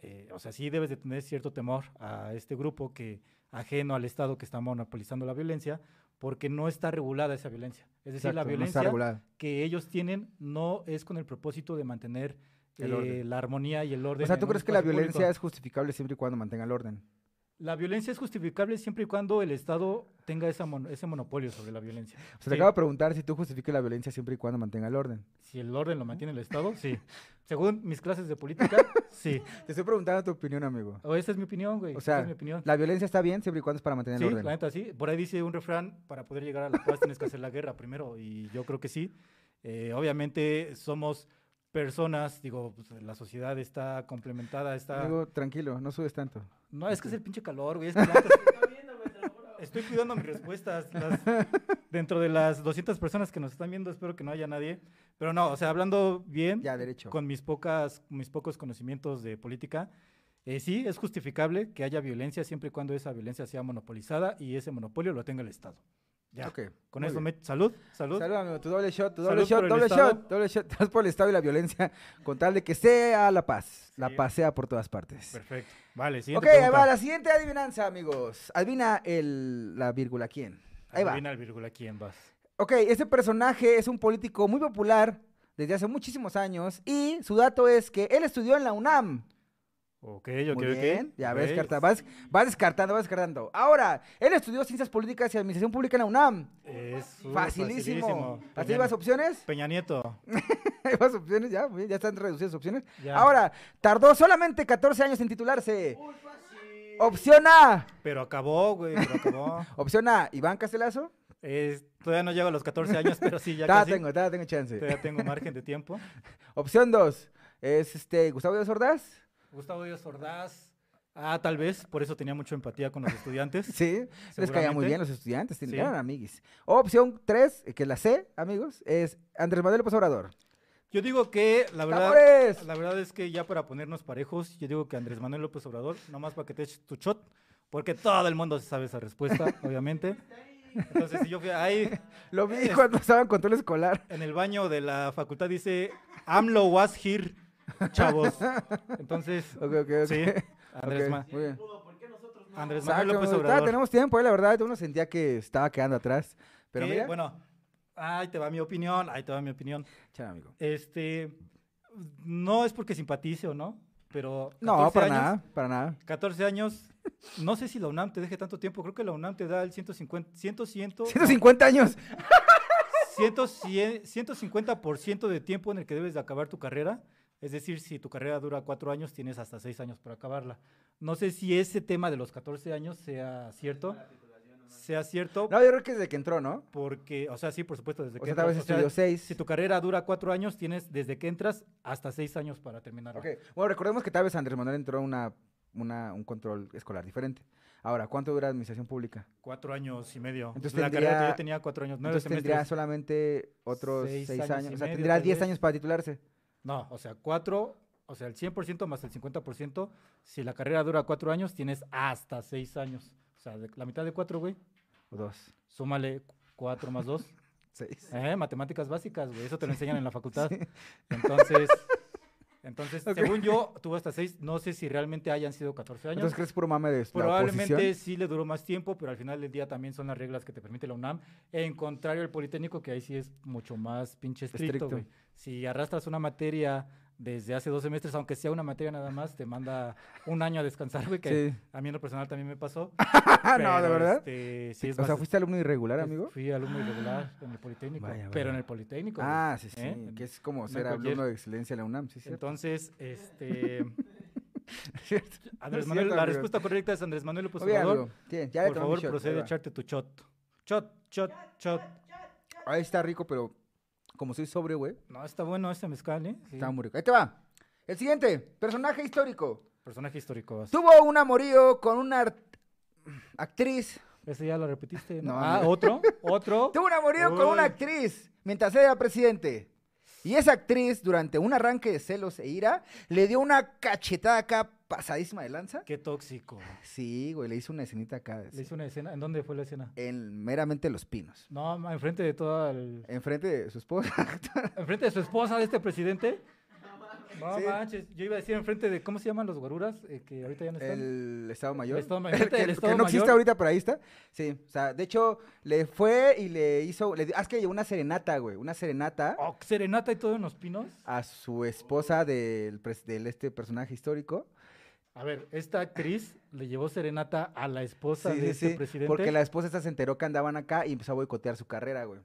eh, o sea, sí debes de tener cierto temor a este grupo que ajeno al Estado que está monopolizando la violencia, porque no está regulada esa violencia. Es decir, la
Exacto, no está
violencia
regulado.
que ellos tienen no es con el propósito de mantener
El
eh,
orden.
la armonía y el orden.
O sea,
en
¿tú
un
crees que la
espacio
violencia
público.
es justificable siempre y cuando mantenga el orden?
La violencia es justificable siempre y cuando el Estado tenga esa mon- ese monopolio sobre la violencia.
O sea, te
Sí,
acabo de preguntar si tú justificas la violencia siempre y cuando mantenga el orden.
Si el orden lo mantiene el Estado, sí. Según mis clases de política, sí.
Te estoy preguntando tu opinión, amigo.
O esa es mi opinión, güey.
O
esa
sea,
es mi opinión.
La violencia está bien siempre y cuando es para mantener
Sí,
el orden.
la neta, sí. Por ahí dice un refrán, para poder llegar a la paz tienes que hacer la guerra primero, y yo creo que sí. Eh, obviamente somos personas, digo, pues, la sociedad está complementada, está...
Amigo, tranquilo, no subes tanto.
No, es que es el pinche calor, güey. Es que ya te- Estoy cuidando mis respuestas. las- Dentro de las 200 personas que nos están viendo, espero que no haya nadie. Pero no, o sea, hablando bien,
Ya, derecho.
con mis, pocas, mis pocos conocimientos de política, eh, sí es justificable que haya violencia siempre y cuando esa violencia sea monopolizada y ese monopolio lo tenga el Estado. Ya.
Ok,
Con
muy
eso,
bien.
me- salud, salud.
Salud, amigo, tu doble shot, tu doble
Salud
shot,
por el
doble
Estado.
shot, doble shot. Estás por el Estado y la violencia, con tal de que sea la paz. La
Sí.
paz sea por todas partes.
Perfecto. Vale,
Ok,
siguiente
ahí
pregunta.
va la siguiente adivinanza, amigos. Adivina el, la vírgula, ¿quién? Ahí va.
Adivina el vírgula, ¿quién vas?
Ok, este personaje es un político muy popular desde hace muchísimos años y su dato es que él estudió en la UNAM.
Ok, ok,
Muy
ok.
bien, ya ves,
Ok.
carta, vas, vas descartando, vas descartando. Ahora, él estudió Ciencias Políticas y Administración Pública en la UNAM.
Es uh,
Facilísimo. ¿Así
Peña-
vas opciones?
Peña Nieto.
Ahí vas opciones, ya, muy bien, ya están reducidas opciones.
Ya.
Ahora, tardó solamente 14 años en titularse. Opción A.
Pero acabó, güey, pero acabó.
Opción A, Iván Castelazo.
Es- todavía no llego a los 14 años, pero sí, ya
Ta,
casi.
tengo, ta, tengo chance.
Todavía tengo margen de tiempo.
Opción 2, es este, Gustavo Díaz Ordaz.
Gustavo Díaz Ordaz. Ah, tal vez, por eso tenía mucha empatía con los estudiantes.
Sí, les caía muy
Seguramente.
bien los estudiantes, tienen-
Sí.
eran amiguis. Opción 3, que es la C, amigos, es Andrés Manuel López Obrador.
Yo digo que, la verdad,
¡Tambores!
la verdad es que ya para ponernos parejos, yo digo que Andrés Manuel López Obrador, nomás para que te eches tu shot, porque todo el mundo se sabe esa respuesta, obviamente. Entonces, si yo fui ahí,
Lo vi cuando estaba en control escolar.
en el baño de la facultad dice, AMLO was here, chavos. Entonces,
Ok, ok, ok.
sí, Andrés,
Ok,
Ma-
muy bien.
Andrés Manuel
Exacto,
López
ahorita
Obrador.
tenemos tiempo, eh, la verdad, uno sentía que estaba quedando atrás. Pero
que,
mira,
Bueno, ahí te va mi opinión, ahí te va mi opinión.
chale, amigo.
Este, no es porque simpatice o no, pero...
No,
14
para
años-
nada, para nada.
14 años, no sé si la UNAM te deje tanto tiempo, creo que la UNAM te da el 150, 100, 100,
150 años.
100, 150% de tiempo en el que debes de acabar tu carrera. Es decir, si tu carrera dura cuatro años, tienes hasta seis años para acabarla. No sé si ese tema de los 14 años sea cierto. Sea cierto,
No, yo creo que desde que entró, ¿no?
porque, o sea, sí, por supuesto, desde
O
que
sea, tal vez
entras, o sea,
estudió 6.
Si tu carrera dura cuatro años, tienes desde que entras hasta seis años para terminarla.
Ah, Ok, Bueno, recordemos que tal vez Andrés Manuel entró a una, una, un control escolar diferente. Ahora, ¿cuánto dura administración pública?
Cuatro años y medio.
Entonces
la carrera
tendría-
yo tenía cuatro años, nueve
Entonces tendría
semestres.
solamente otros
Seis
6
años
años.
y
O sea,
medio,
tendría
tal
10
vez.
años para titularse.
No, o sea, cuatro, o sea, el 100% más el 50%. Si la carrera dura cuatro años, tienes hasta seis años. O sea, de- la mitad de cuatro, güey.
O dos.
Súmale cu- cuatro más dos.
Seis.
Eh, matemáticas básicas, güey. Eso te lo enseñan en la facultad. Entonces, entonces
Ok.
según yo, tuvo hasta seis. No sé si realmente hayan sido 14 años.
Entonces, ¿crees que es puro mame de la
Probablemente
oposición?
sí le duró más tiempo, pero al final del día también son las reglas que te permite la UNAM. En contrario al Politécnico, que ahí sí es mucho más pinche estricto,
Estricto.
güey. si arrastras una materia desde hace dos semestres, aunque sea una materia nada más, te manda un año a descansar, güey, que
Sí.
a mí en lo personal también me pasó.
Ah, no, de
pero,
verdad.
este, sí, es
o sea,
más-
¿fuiste alumno irregular, amigo? Ah.
Fui alumno irregular en el Politécnico,
Vaya,
pero
vaya.
en el Politécnico. güey.
Ah, sí, sí.
¿Eh?
Que es como
no
ser
cualquier-
alumno de excelencia en la UNAM, sí, sí.
Entonces, este...
Cierto.
Andrés
es
Manuel,
cierto,
la
amigo.
respuesta correcta es Andrés Manuel López
Muy bien,
Obrador.
amigo. Bien, ya le
Pues,
tomé mi
Por favor,
shot,
procede
ahí
a
va.
echarte tu shot. Shot, shot, shot.
Ahí está rico, pero como soy sobrio, güey,
No, está bueno este mezcal, ¿eh? Sí.
está muy rico. Ahí te va. El siguiente, personaje histórico.
Personaje histórico. vas.
Tuvo un amorío con una art- actriz.
Ese ya lo repetiste. ¿no?
No,
ah,
amigo.
otro, otro.
Tuvo un amorío con una
Uy.
actriz mientras era presidente. Y esa actriz, durante un arranque de celos e ira, le dio una cachetada acá pasadísima de lanza.
Qué tóxico.
Sí, güey, le hizo una escenita acá.
Le
sí,
hizo una escena. ¿En dónde fue la escena?
En meramente Los Pinos.
No, ma, enfrente de toda el...
Enfrente de su esposa.
Enfrente de su esposa, de este presidente. No
Sí.
manches, yo iba a decir enfrente de, ¿cómo se llaman los guaruras? Eh, que ahorita ya no están.
El Estado Mayor.
Estado
El
Mayor, ahorita
que,
el
que
Estado
no existe
Mayor.
ahorita, pero ahí está. Sí, o sea, de hecho, le fue y le hizo. Le, di- ah, es que llevó una serenata, güey. Una serenata
Oh, serenata y todo en los pinos.
a su esposa del, pres- del este personaje histórico.
A ver, esta actriz le llevó serenata a la esposa
Sí,
de
sí,
este
sí,
presidente.
Porque la esposa esta se enteró que andaban acá y empezó a boicotear su carrera, güey.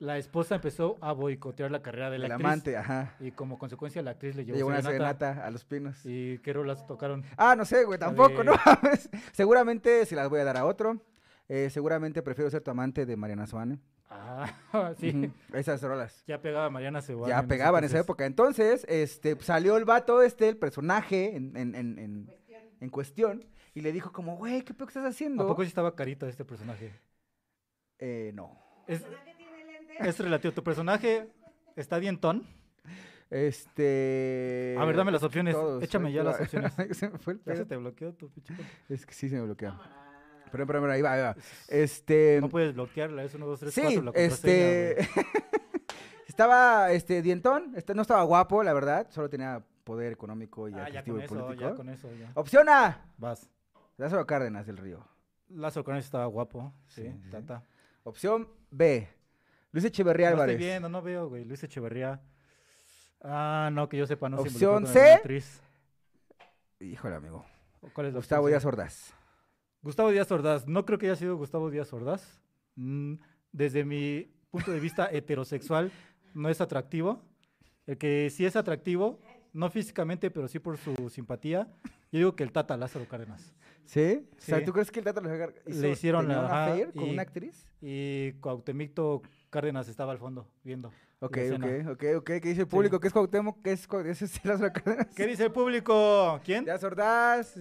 La esposa empezó a boicotear la carrera de
El
la actriz.
amante, ajá.
Y como consecuencia la actriz le
Le
llevó,
llevó una
serenata,
serenata a los pinos.
Y qué rolas tocaron.
Ah, no sé, güey,
La
tampoco,
de-
no mames. Seguramente se las voy a dar a otro. Eh, seguramente prefiero ser tu amante de Mariana Suárez.
Ah, sí.
Esas rolas.
Ya pegaba Mariana Ceballos.
Ya pegaba en esa época. Entonces, este, salió el vato este, el personaje en, en- en- en- en cuestión, y le dijo como, güey, ¿qué pedo que estás haciendo?
¿A poco sí estaba carita este personaje?
Eh, no.
Es, es relativo. ¿Tu personaje está dientón?
Este...
A ver, dame las opciones.
todos,
Échame
ahí
ya
te
las
va.
opciones.
se me fue el
Ya se
pedo.
te bloqueó tu pinche cosa.
Es que sí se me bloqueó. Pero, pero, pero, ahí va, ahí va. Este...
No puedes bloquearla, es 1, 2, 3,
sí,
4. La contraseña,
este...
güey.
estaba, este, dientón, este, no estaba guapo, la verdad, solo tenía poder económico y
Ah, ya
adquisitivo
con
y
eso,
político.
ya con eso. Ya.
Opción A,
Vas.
Lázaro Cárdenas del Río.
Lázaro Cárdenas estaba guapo. Sí,
Sí, sí.
tata.
Opción B. Luis Echeverría
No estoy
Álvarez.
viendo, no veo, güey. Luis Echeverría. Ah, no, que yo sepa, no se
Opción
involucró con alguna
C.
actriz.
Híjole, amigo.
¿Cuál es la
Gustavo
opción
Díaz
C?
Ordaz.
Gustavo Díaz Ordaz. No creo que haya sido Gustavo Díaz Ordaz. Mm, desde mi punto de vista heterosexual, no es atractivo. El que sí es atractivo, no físicamente, pero sí por su simpatía, yo digo que el Tata Lázaro Cárdenas.
¿Sí? O sea,
Sí.
¿tú crees que el Tata Lozano hizo-
Le hicieron
tenía
la-
una
ajá,
affair con
y-
una actriz?
Y Cuauhtémicto Cárdenas estaba al fondo, viendo. la
Ok,
escena.
ok, ok, ok. ¿Qué dice el público? ¿Qué es Cuauhtémoc? ¿Qué es, Cau- ese es Lázaro Cárdenas?
¿Qué dice el público? ¿Quién?
Díaz Ordaz.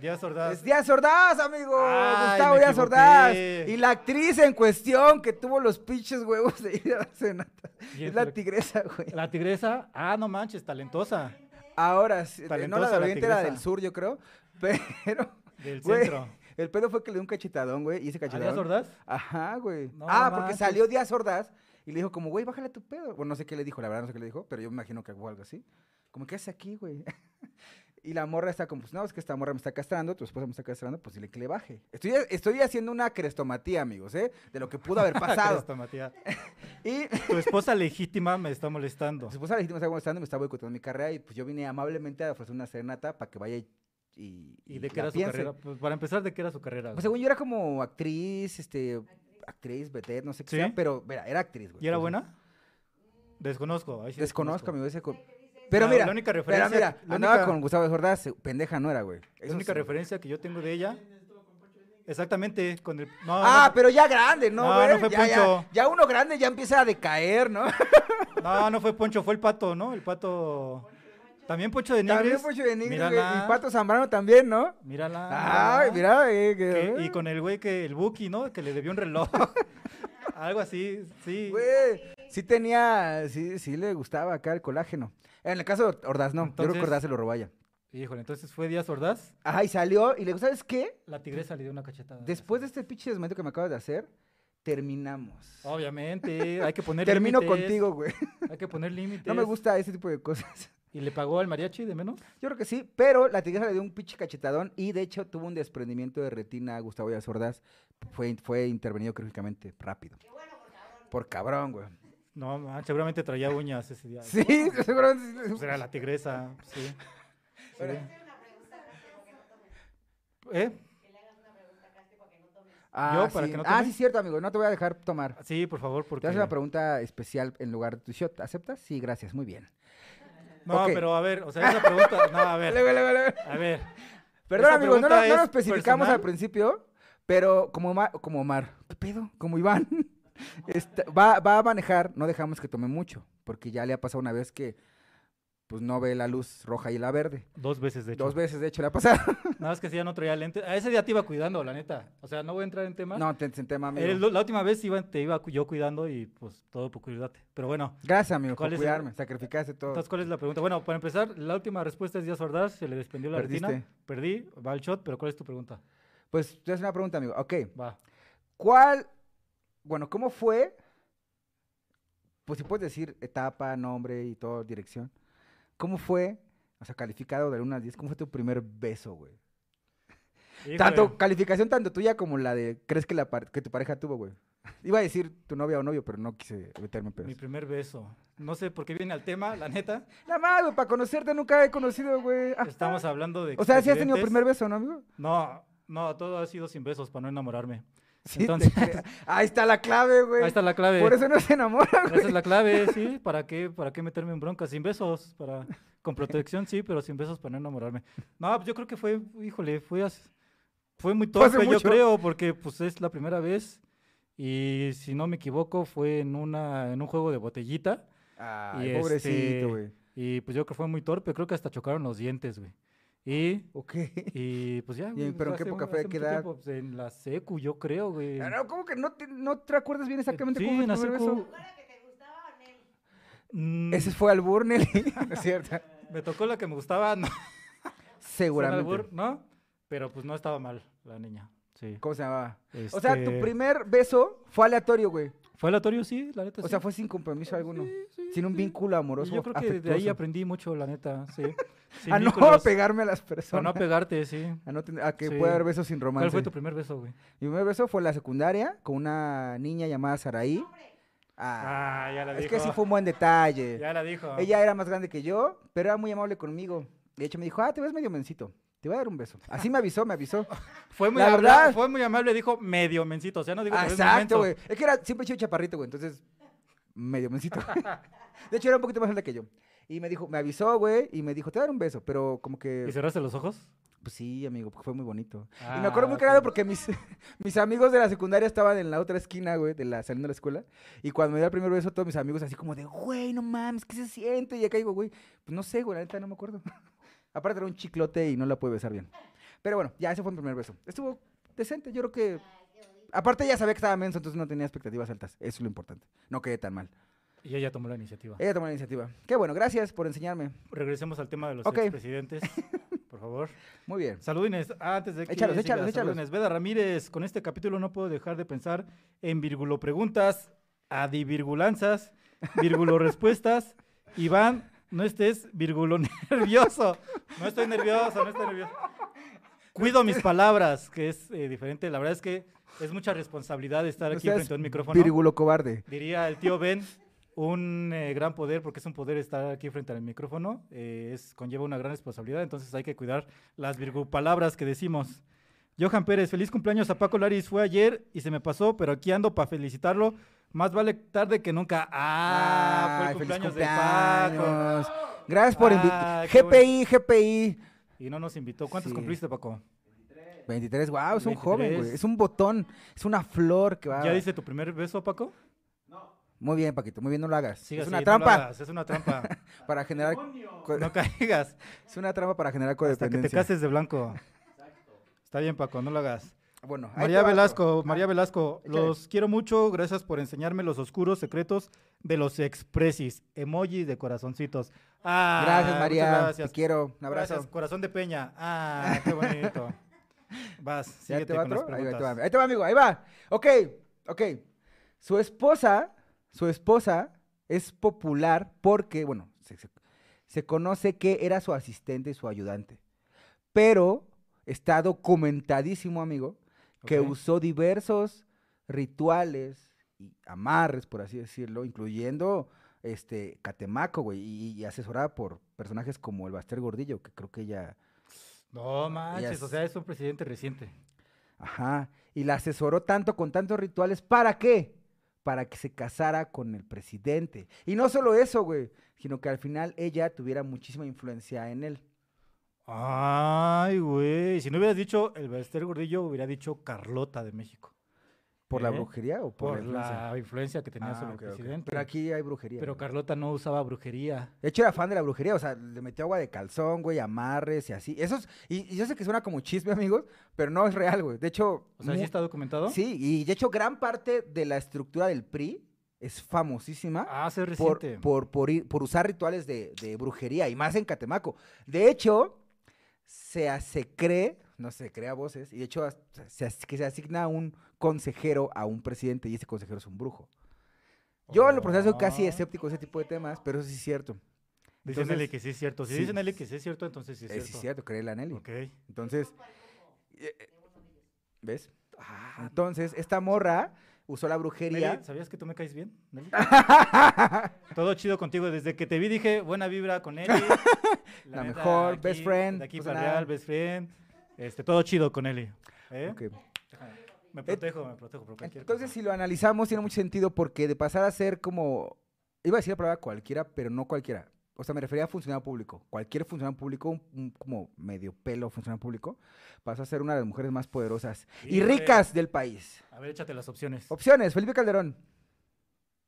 Díaz Ordaz.
Es Díaz Ordaz, amigo.
Ay,
Gustavo
me
Díaz Ordaz.
equivoqué.
Y la actriz en cuestión que tuvo los pinches huevos de ir a la cenata.
Y
Es
el-
la tigresa, güey.
La tigresa, ah, no manches, talentosa.
Ahora, sí, no la
Talentosa
del
la
oriente, era del
tigresa.
sur, yo creo. Pero...
Del
Güey,
centro.
El pedo fue que le dio un cachetadón, güey, y ese
¿A Díaz
cachetadón.
Ordaz?
Ajá, güey.
No
ah, porque
manches.
salió Díaz Ordaz y le dijo como, güey, bájale tu pedo. Bueno, no sé qué le dijo, la verdad no sé qué le dijo, pero yo me imagino que fue algo así. Como, ¿qué hace aquí, güey? y la morra está como, pues, no, es que esta morra me está castrando, tu esposa me está castrando, pues dile que le baje. Estoy, estoy haciendo una crestomatía, amigos, ¿eh? De lo que pudo haber
Ah,
pasado.
Cristo, Matías.
y
Tu esposa legítima me está molestando.
su esposa legítima me está molestando y me está boicoteando mi carrera y pues yo vine amablemente a ofrecer una serenata para que vaya y... ¿Y,
¿Y de qué
la
era su
piense.
carrera? Pues, para empezar, ¿de qué era su carrera?
Pues
güey?
según yo era como actriz, este, actriz, vedette, no sé qué
¿Sí?
sea, pero mira, era actriz, güey.
¿Y era
Entonces,
buena? Desconozco. ahí sí
pues, Desconozco, amigo, ese... co- Pero
La-
mira,
la única
pero
referencia-
mira,
la
andaba
única-
con Gustavo Jordás, pendeja no era, güey.
La
Eso
única
sí.
referencia que yo tengo de ella. Exactamente, con el. No,
Ah,
no,
pero ya grande, ¿no,
No,
güey?
no fue
ya, ya-
Poncho.
ya uno grande ya empieza a decaer, ¿no?
no, no fue Poncho, fue el pato, ¿no? El pato. También Poncho de Nigris.
También Poncho de Nigris, güey,
Mírala,
y Pato Zambrano también, ¿no?
Mírala.
Ay,
mírala.
mira, eh,
Ah, Que-
que-
y con el güey que. El Buki, ¿no? Que le debió un reloj. Algo así, sí.
Güey, sí tenía, sí, sí le gustaba acá el colágeno. En el caso de Ordaz, no, yo creo que
Entonces-
Ordaz se lo robó ya.
Híjole, entonces fue Díaz Ordaz.
Ajá, y salió, y le digo, ¿sabes qué?
La tigresa le dio una cachetada.
Después de este pinche desmento que me acabas de hacer, terminamos.
Oh, Obviamente, hay que poner
Termino
límites,
contigo, güey.
Hay que poner límites.
No me gusta ese tipo de cosas.
¿Y le pagó al mariachi de menos?
Yo creo que sí, pero la tigresa le dio un pinche cachetadón y de hecho tuvo un desprendimiento de retina a Gustavo Díaz Ordaz. Fue, fue intervenido quirúrgicamente rápido. por cabrón. güey.
No, man, seguramente traía uñas ese día.
Sí, seguramente.
Pues era la tigresa, sí.
Bueno.
¿Eh?
Ah,
Yo, para
sí.
que no
ah,
tome.
sí, cierto, amigo. No te voy a dejar tomar.
Sí, por favor,
Te
porque...
haces una pregunta especial en lugar de tu shot. ¿Aceptas? Sí, gracias. Muy bien.
No,
Ok.
pero a ver, o sea, esa pregunta... No, a ver, a ver.
Perdón,
Esa
amigo. No, nos-
pregunta
no
es
lo especificamos
personal.
al principio, pero como Omar, como Omar. ¿Qué pedo? Como Iván. Está- va, va a manejar. No dejamos que tome mucho, porque ya le ha pasado una vez que pues no ve la luz roja y la verde.
Dos veces, de hecho.
Dos veces, de hecho, le ha pasado.
Nada más que si ya no traía lentes. A ese día te iba cuidando, la neta. O sea, no voy a entrar en temas.
No, te senté, mami.
Eh, lo- la última vez iba- te iba cu- yo cuidando y pues todo por cuidarte. Pero bueno,
Gracias, amigo,
¿Cuál
por
es el-
cuidarme. Sacrificaste todo.
entonces, ¿cuál es la pregunta? Bueno, para empezar, la última respuesta es Díaz Ordaz, se le desprendió la retina.
Perdiste.
Perdí, va al shot, pero ¿cuál es tu pregunta?
Pues te haces una pregunta, amigo. Ok.
Va.
¿Cuál? Bueno, ¿cómo fue? Pues si puedes decir etapa, nombre y todo, dirección. ¿Cómo fue? O sea, calificado de 1 al 10, ¿cómo fue tu primer beso, güey? Tanto,
Híjole.
calificación tanto tuya como la de, ¿crees que, la par- que tu pareja tuvo, güey? Iba a decir tu novia o novio, pero no quise meterme en
Mi
pedos.
primer beso. No sé por qué viene al tema, la neta.
Nada más, güey, para conocerte nunca he conocido, güey. Ajá.
Estamos hablando de.
O sea, sí has tenido
expresidentes.
primer beso, ¿no, amigo?
No, no, todo ha sido sin besos para no enamorarme.
Sí, te
Entonces-
creo. Ahí está la clave, güey.
Ahí está la clave.
Pues, Por eso no se enamora, güey.
Esa es la clave, sí. ¿Para qué, ¿Para qué meterme en broncas? Sin besos. Para, con protección, sí, pero sin besos para no enamorarme. No, pues yo creo que fue, híjole, fue, as- fue muy
Fue hace
torpe, yo
mucho.
creo, porque pues es la primera vez. Y si no me equivoco, fue en, una, en un juego de botellita.
Ay,
Y este-
pobrecito, güey.
Y pues yo creo que fue muy torpe. Creo que hasta chocaron los dientes, güey. Y,
Ok.
y pues ya.
¿Y
güey,
en- pero en
hace
qué
mu-
época fue?
hace
¿Qué
mucho
edad?
tiempo, pues, en la secu, yo creo, güey.
Ah, No, ¿cómo que no te, no te acuerdas bien exactamente
sí,
cómo fue
en la
tu primer
secu.
beso?
Mm,
Ese fue al Burnley, ¿no es cierto?
Me tocó la que me gustaba, no. Fue un
Seguramente.
albur, ¿no? Pero pues no estaba mal la niña. Sí.
¿Cómo se llamaba? O sea, tu
Este,
primer beso fue aleatorio, güey.
¿Fue aleatorio? Sí, la neta.
O
sí.
sea, fue sin compromiso alguno.
sí,
sin un
sí.
vínculo
Y
amoroso.
Yo creo que de ahí
afectuoso.
aprendí mucho, la neta. Sí. Sin
A no
vínculos,
pegarme a las
A
personas.
no pegarte, sí.
a, no tener- a que
Sí.
pueda haber besos sin romance.
¿Cuál fue tu primer beso, güey?
Mi primer beso fue en la secundaria con una niña llamada Saraí. Ah,
Ah, ya la
es
dijo.
que sí fue un buen detalle.
Ya la dijo.
Ella era más grande que yo, pero era muy amable conmigo. De hecho, me dijo, ah, te ves medio mencito. Te voy a dar un beso. Así me avisó, me avisó.
Fue muy,
la
habla-
verdad-
fue muy amable, dijo medio mencito. O sea, no digo
Ah, Exacto, güey. Es que era siempre he sido chaparrito, güey. Entonces, medio mencito. De hecho, era un poquito más grande que yo. Y me dijo, me avisó, güey, y me dijo, te voy a dar un beso. Pero como
¿Y
que,
cerraste los ojos?
pues sí, amigo, porque fue muy bonito. y me acuerdo muy
Ah,
claro
pues,
porque mis, mis amigos de la secundaria estaban en la otra esquina, güey, de la, saliendo de la escuela. Y cuando me dio el primer beso, todos mis amigos así como de, güey, no mames, ¿qué se siente? Y acá digo, güey, pues no sé, güey, la neta no me acuerdo. Aparte era un chiclote y no la pude besar bien. Pero bueno, ya ese fue mi primer beso. Estuvo decente, yo creo que... Aparte ya sabía que estaba menso, entonces no tenía expectativas altas. Eso es lo importante. No quedé tan mal.
Y ella tomó la iniciativa.
Ella tomó la iniciativa. Qué bueno, gracias por enseñarme.
Regresemos al tema de los
Ok.
expresidentes, por favor.
Muy bien.
Saludines, Ah, antes de que
Échalos,
siga,
échalos, échalos.
saludines. Veda Ramírez, con este capítulo no puedo dejar de pensar en vírgulo preguntas, adivirgulanzas, vírgulo respuestas. Iván, no estés vírgulo nervioso. No estoy nervioso, no estoy nervioso. Cuido mis palabras, que es eh, diferente. La verdad es que es mucha responsabilidad estar aquí
Ustedes,
frente a un micrófono.
Vírgulo cobarde.
Diría el tío Ben, un eh, gran poder, porque es un poder estar aquí frente al micrófono, eh, es, conlleva una gran responsabilidad, entonces hay que cuidar las palabras que decimos. Johan Pérez, feliz cumpleaños a Paco Laris, fue ayer y se me pasó, pero aquí ando para felicitarlo. Más vale tarde que nunca. Ah, fue el
Ay, feliz
cumpleaños, de
cumpleaños.
Paco.
Gracias por
Ay,
invitar.
qué bueno.
GPI, GPI.
Y no nos invitó. ¿Cuántos
Sí.
cumpliste, Paco?
23, wow, es un joven, güey.
23.
Es un botón, es una flor que va.
¿Ya dice tu primer beso, Paco?
Muy bien, Paquito, muy bien, no lo hagas.
Sigue
es
así,
una
no lo
trampa
hagas, es una trampa.
para generar. co-
no caigas.
Es una trampa para generar
Hasta que te
codependencia.
cases de blanco. Está bien, Paco, no lo hagas.
Bueno, ahí
María
te va,
Velasco,
Paco.
María Velasco,
échale.
los quiero mucho, gracias por enseñarme los oscuros secretos de los expresis, emojis de corazoncitos. Ah,
Gracias,
muchas
María.
Gracias.
Te quiero. Un abrazo.
Gracias, corazón de peña. Ah, qué bonito. Vas,
¿Ya
síguete
te va
con las
otro? Ahí va, ahí te va,
preguntas.
ahí te va, amigo, ahí va. Ok, ok. Su esposa, su esposa es popular porque, bueno, se, se- se conoce que era su asistente y su ayudante. Pero está documentadísimo, amigo, que
Ok.
usó diversos rituales y amarres, por así decirlo, incluyendo este Catemaco, güey, y, y asesorada por personajes como el Baster Gordillo, que creo que ella,
No manches, o
es-
sea, es un presidente reciente.
ajá, y la asesoró tanto con tantos rituales, ¿para qué? Para que se casara con el presidente. Y no solo eso, güey, sino que al final ella tuviera muchísima influencia en él.
Ay, güey. Si no hubieras dicho el Bester Gordillo, hubiera dicho Carlota de México.
¿Por la
¿Eh?
brujería o por,
Por
la influencia?
la influencia que tenía
Ah,
sobre
ok,
el
ok.
presidente.
Pero aquí hay brujería.
Pero
güey.
Carlota no usaba brujería.
De hecho, era fan de la brujería, o sea, le metió agua de calzón, güey, amarres y así. Eso es- y, y yo sé que suena como chisme, amigos, pero no es real, güey. De hecho,
O sea, ¿sí
mu-
está documentado?
sí, y de hecho, gran parte de la estructura del PRI es famosísima
Ah, sí, es
por,
reciente.
por, por ir- por usar rituales de, de brujería, y más en Catemaco. De hecho, se, as- se cree, no se crea voces, y de hecho as- se as- que se asigna un consejero a un presidente, y ese consejero es un brujo. Yo en lo personal soy casi
Ah.
escéptico de ese tipo de temas, pero eso sí es cierto.
Dice
entonces-
Nelly que sí es cierto. Si
Sí.
dice Nelly que sí es cierto, entonces sí es
Eh,
cierto.
sí es cierto, créele a Nelly.
Ok.
Entonces, eh, eh, ¿ves? Ah, entonces, esta morra usó la brujería.
Nelly, ¿sabías que tú me caes bien, Nelly? Todo chido contigo. Desde que te vi dije, buena vibra con Nelly.
La
neta,
mejor, best friend,
De aquí
no sé
para
nada.
real, best friend. Este, todo chido con Nelly. ¿eh?
Ok. Eh,
Me protejo, me protejo por cualquier
Entonces,
cosa.
si lo analizamos, tiene mucho sentido porque de pasar a ser como. Iba a decir la palabra cualquiera, pero no cualquiera. O sea, me refería a funcionario público. Cualquier funcionario público, un- un como medio pelo funcionario público, pasó a ser una de las mujeres más poderosas y
Híjole.
ricas del país.
A ver, échate las opciones.
Opciones: Felipe Calderón.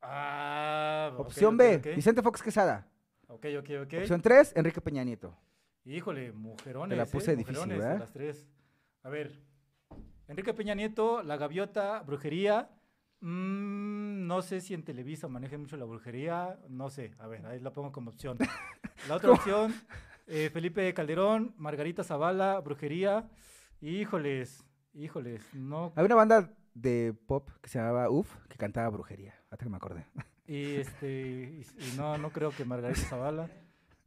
Ah, ok,
Opción
ok,
B:
ok.
Vicente Fox Quesada.
Ok, ok, ok.
Opción 3: Enrique Peña Nieto.
Híjole, mujerones.
la
¿eh?
puse difícil,
Mujerones,
¿verdad?
a las tres. A ver. Enrique Peña Nieto, La Gaviota, Brujería. Mm, no sé si en Televisa manejan mucho la brujería. No sé. A ver, ahí la pongo como opción. La otra opción, eh, Felipe Calderón, Margarita Zavala, Brujería. Híjoles, híjoles. No.
Había una banda de pop que se llamaba Uf, que cantaba brujería. Hasta que me acordé.
Y este. y s- y no, no creo que Margarita Zavala.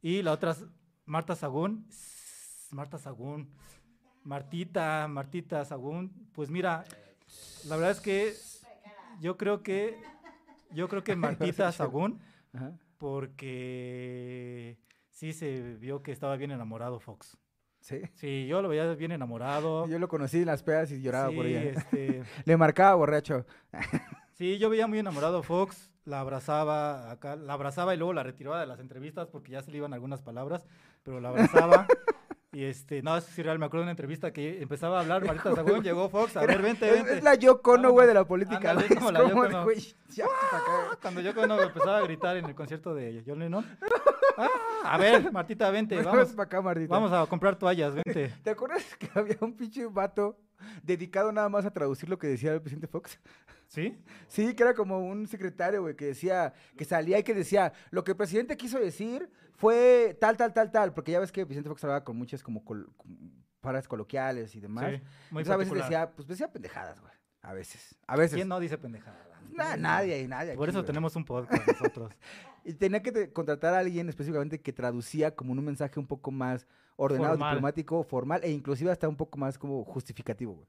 Y la otra, es Marta Sagún. Sss, Marta Sagún. Martita, Martita Sagún. Pues mira, la verdad es que yo creo que. Yo creo que Martita Sagún,
Ajá.
porque sí se vio que estaba bien enamorado Fox.
Sí.
Sí, yo lo veía bien enamorado.
Yo lo conocí en las pedas y lloraba por
Sí,
ella.
este,
Le marcaba borracho.
Sí, yo veía muy enamorado a Fox, la abrazaba acá, la abrazaba y luego la retiraba de las entrevistas porque ya se le iban algunas palabras, pero la abrazaba. y este, no, eso sí real, me acuerdo de una entrevista que empezaba a hablar Marita Sagún, llegó Fox, a ver, vente,
Es-
vente.
Es, la yo cono, güey, de la
Vámonos.
política.
Ándale,
güey.
como
Es
la
como
Yoko
de,
Ono.
güey, ya, saca-
Cuando yo cuando empezaba a gritar en el concierto de John Lennon. "Ah, a ver, Martita, vente,
Vamos
vamos,
para acá, Martita.
vamos a comprar toallas, vente.
¿Te acuerdas que había un pinche vato dedicado nada más a traducir lo que decía el presidente Fox?
¿Sí?
Sí, que era como un secretario, güey, que decía, que salía y que decía, lo que el presidente quiso decir fue tal, tal, tal, tal, porque ya ves que Vicente Fox hablaba con muchas como col- con palabras coloquiales y demás.
Sí, muy
Entonces a veces
particular.
decía, pues decía pendejadas, güey. A veces, a veces.
¿Quién no dice pendejada?
Na- nadie, nadie.
Por
aquí,
eso
güey.
tenemos un podcast nosotros.
Y tenía que te- contratar a alguien específicamente que traducía como en un mensaje un poco más ordenado,
Formal.
diplomático, formal e inclusive hasta un poco más como justificativo, güey.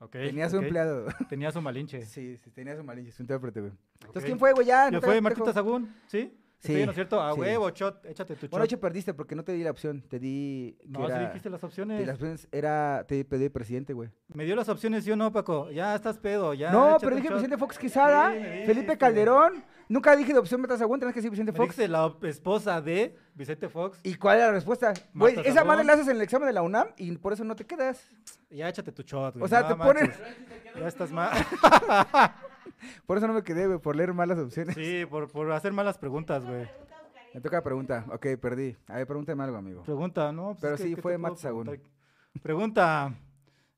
Ok,
Tenía su
ok.
empleado.
Tenía su malinche.
Sí, sí, tenía su malinche, su intérprete, güey. Entonces,
Ok.
¿quién fue, güey? Ya.
Yo
Ah, no te
fue
hagas
Martita
pendejo.
Sagún, ¿sí?
Sí,
Sí. ¿No es cierto? A
sí.
huevo, shot, échate tu shot.
Bueno, de hecho perdiste porque no te di la opción. Te di. que
no, sí
era-
dijiste pues. las
te
opciones.
di las opciones era. Te pedí presidente, güey.
Me dio las opciones, yo no, Paco. Ya estás pedo, ya.
no,
échate
pero
un
dije
shot.
Vicente Fox Quesada,
Sí, me dijiste.
Felipe Calderón. Nunca dije de opción Meta Sagún, tenés que decir Vicente
Me
Fox.
dijiste la esposa de Vicente Fox.
¿Y cuál era la respuesta? Güey,
Marta
esa madre
Sagún.
la haces en el examen de la UNAM y por eso no te quedas.
Ya échate tu shot, güey.
O sea,
no
te ponen-
manches. Ya estás mal.
Por eso no me quedé, güey, por leer malas opciones.
sí, por, por hacer malas preguntas, güey.
Me toca pregunta. Ok, perdí. A ver, pregúntame algo, amigo.
Pregunta, ¿no? pues,
Pero
es que-
sí,
¿qué te
fue
puedo
Matt Sagún.
preguntar? Pregunta.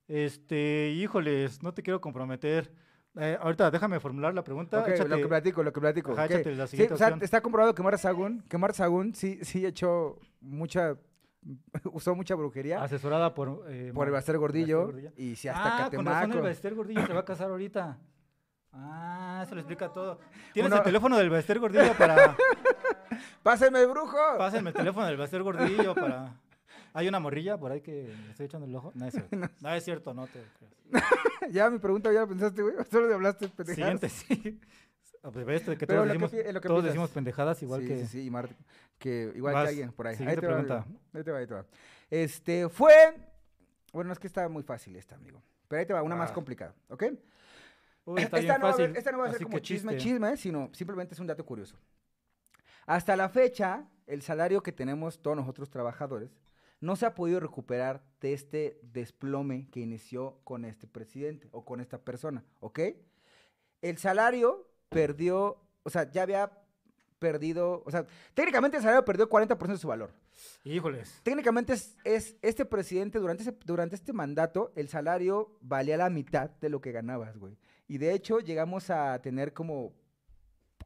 Este, híjoles, no te quiero comprometer. Eh, ahorita déjame formular la pregunta.
Ok, lo
échate-
que platico, lo que platico.
Ajá,
ok.
échate la
Sí,
siguiente
o sea,
opción.
está comprobado que Marta Sagún, que Marta Sagún sí, sí echó mucha, usó mucha brujería
Asesorada por... eh,
por el
Ah, Mar-
Baster Gordillo
Gordillo.
y sí hasta
ah, con razón el
Catemaco.
Bester Gordillo se va a casar ahorita. Ah, eso lo explica todo. ¿Tienes
Uno-
el teléfono del Bester Gordillo para...
¡Pásenme, brujo!
Pásenme el teléfono del Bester Gordillo para... Hay una morrilla por ahí que le estoy echando el ojo. No es cierto. no. es cierto, no te creas.
ya mi pregunta ya la pensaste, güey. Solo le hablaste pendejadas.
Siguiente, sí. Ah, pues, ¿Ves? De que
Pero
todos,
lo que
decimos,
pi- eh, lo que
todos
piensas.
decimos pendejadas igual
sí,
que...
sí, sí, y Marte- que igual
Vas,
que alguien por ahí. Ahí
siguiente
te, va,
pregunta.
ahí te va, ahí te va. Este, fue... Bueno, es que está muy fácil esta, amigo. Pero ahí te va, una más
Ah.
complicada, ¿ok?
Uy,
esta,
está bien
no va a haber-
fácil,
esta no va a ser
así
como
que
chisme, chisme, sino simplemente es un dato curioso. Hasta la fecha, el salario que tenemos todos nosotros trabajadores no se ha podido recuperar de este desplome que inició con este presidente o con esta persona, ¿ok? El salario perdió, o sea, ya había perdido, o sea, técnicamente el salario perdió 40% de su valor.
Híjoles.
Técnicamente es, es este presidente, durante, ese- durante este mandato, el salario valía la mitad de lo que ganabas, güey. Y de hecho llegamos a tener como,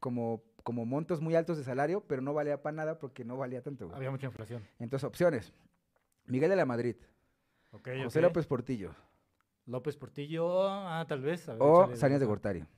como, como montos muy altos de salario, pero no valía para nada porque no valía tanto, güey.
Había mucha inflación.
Entonces, opciones. Miguel de la Madrid,
Ok,
José
ok.
López Portillo
López Portillo, ah, tal vez. a ver,
o
échale,
Salinas de
Gortari.
Gortari.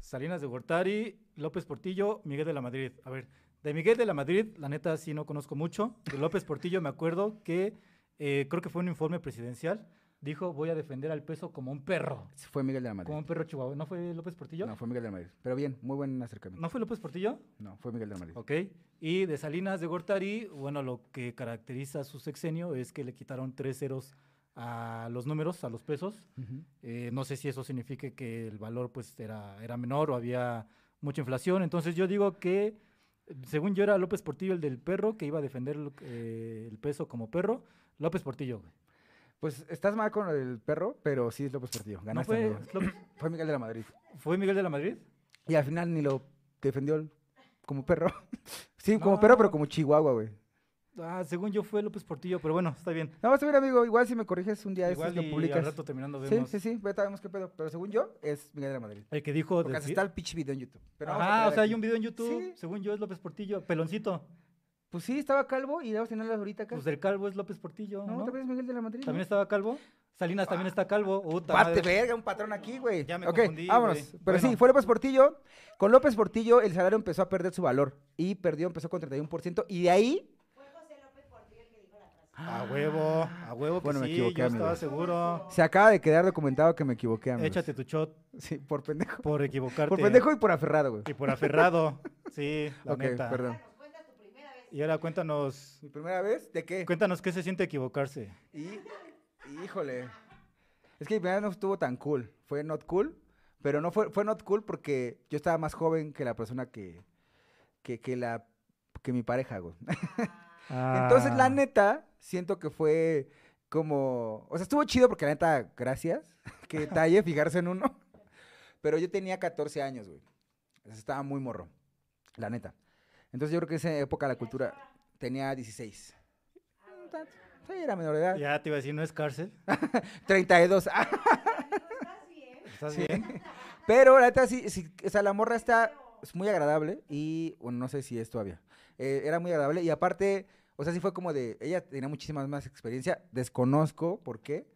Salinas de Gortari, López Portillo, Miguel de la Madrid. A ver, de Miguel de la Madrid, la neta sí no conozco mucho. De López Portillo me acuerdo que eh, creo que fue un informe presidencial. Dijo, voy a defender al peso como un perro.
Sí, Fue Miguel de la Madrid.
Como un perro chihuahua. ¿No fue López Portillo?
No,
No,
fue Miguel de la Madrid. Pero bien, muy buen acercamiento.
fue López Portillo?
No, fue Miguel de la Madrid.
Ok. Y de Salinas de Gortari, bueno, lo que caracteriza su sexenio es que le quitaron tres ceros a los números, a los pesos.
Ujú.
Eh, no sé si eso signifique que el valor pues era, era menor o había mucha inflación. Entonces yo digo que, eh, según yo era López Portillo el del perro, que iba a defender lo- eh, el peso como perro. López Portillo, güey.
Pues estás mal con el perro, pero sí es López Portillo.
¿No
Ganaste.
fue,
amigo.
López-
fue Miguel de la Madrid.
fue Miguel de la Madrid?
Y al final ni lo defendió el- como perro. sí, como
No.
perro, pero como chihuahua, güey.
Ah, según yo fue López Portillo, pero bueno, está bien.
No, vas a ver, amigo, igual si me corriges un día
Igual
estos
y
lo
al
publicas.
rato terminando
Sí,
vemos
sí, sí, ahorita vemos qué pedo. Pero según yo, es Miguel de la Madrid.
el que dijo...
Porque hasta
desvi-
está el pinche video en YouTube. Pero vamos a
Ah, o
poner
sea,
aquí.
hay un video en YouTube,
Sí.
según yo es López Portillo, peloncito.
Pues sí, estaba calvo y debemos tenerlas ahorita acá.
Pues el calvo es López Portillo,
no, Ah.
¿no?
también es Miguel de la Madrid.
¿También
¿no?
estaba calvo? Salinas también está calvo. Puta
Parte
madre.
verga, un patrón aquí, güey.
Ya me
ok,
confundí,
vámonos.
güey.
Pero sí,
Bueno.
fue López Portillo. Con López Portillo el salario empezó a perder su valor. Y perdió, empezó con 31%. Y de ahí
A huevo, a huevo que
Bueno, me
sí,
equivoqué,
yo
amigo.
estaba seguro.
se acaba de quedar documentado que me equivoqué, amigos.
Échate tu shot
Sí, por pendejo.
por equivocarte.
Por pendejo y por aferrado, güey.
Y por aferrado. Sí, la
ok,
neta.
perdón.
Y ahora cuéntanos,
¿Mi primera vez? ¿De qué?
cuéntanos qué se siente equivocarse.
Y, híjole. Es que mi primera vez no estuvo tan cool. Fue not cool, pero no fue, fue not cool porque yo estaba más joven que la persona que, que, que la, que mi pareja, güey. Ah. Entonces,
Ah.
la neta, siento que fue como. O sea, estuvo chido porque la neta, gracias. Qué detalle fijarse en uno. Pero yo tenía 14 años, güey. O sea, Estaba muy morro. La neta. Entonces, yo creo que en esa época la cultura tenía 16. Mm, tan- Sí, era menor de edad.
Ya te iba a decir, no es cárcel.
32. Ah,
¿Estás bien?
Pero la neta, sí, sí, o sea, la morra está es muy agradable y, bueno, no sé si es todavía. Eh, era muy agradable y aparte, o sea, sí fue como de, ella tenía muchísima más experiencia, desconozco por qué,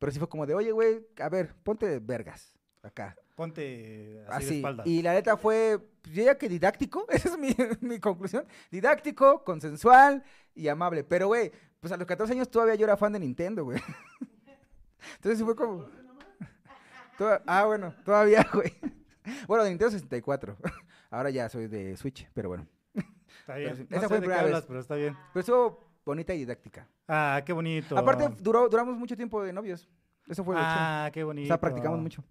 pero sí fue como de, oye, güey, a ver, ponte de vergas acá.
Ponte así, de
Así.
espaldas.
y la neta fue, pues, yo diría que didáctico, esa es mi, mi conclusión, didáctico, consensual y amable. Pero, güey, pues a los 14 años todavía yo era fan de Nintendo, güey. Entonces sí fue como... Toda- Ah, bueno, todavía, güey. Bueno, de Nintendo 64. Ahora ya soy de Switch, pero bueno.
Está bien.
pero sí,
No
esa
sé
fue mi
de qué
primera vez.
hablas, pero está bien.
Pero estuvo bonita y didáctica.
Ah, qué bonito.
Aparte, duró, duramos mucho tiempo de novios. Eso fue lo chido.
ah, qué bonito.
O sea, practicamos mucho.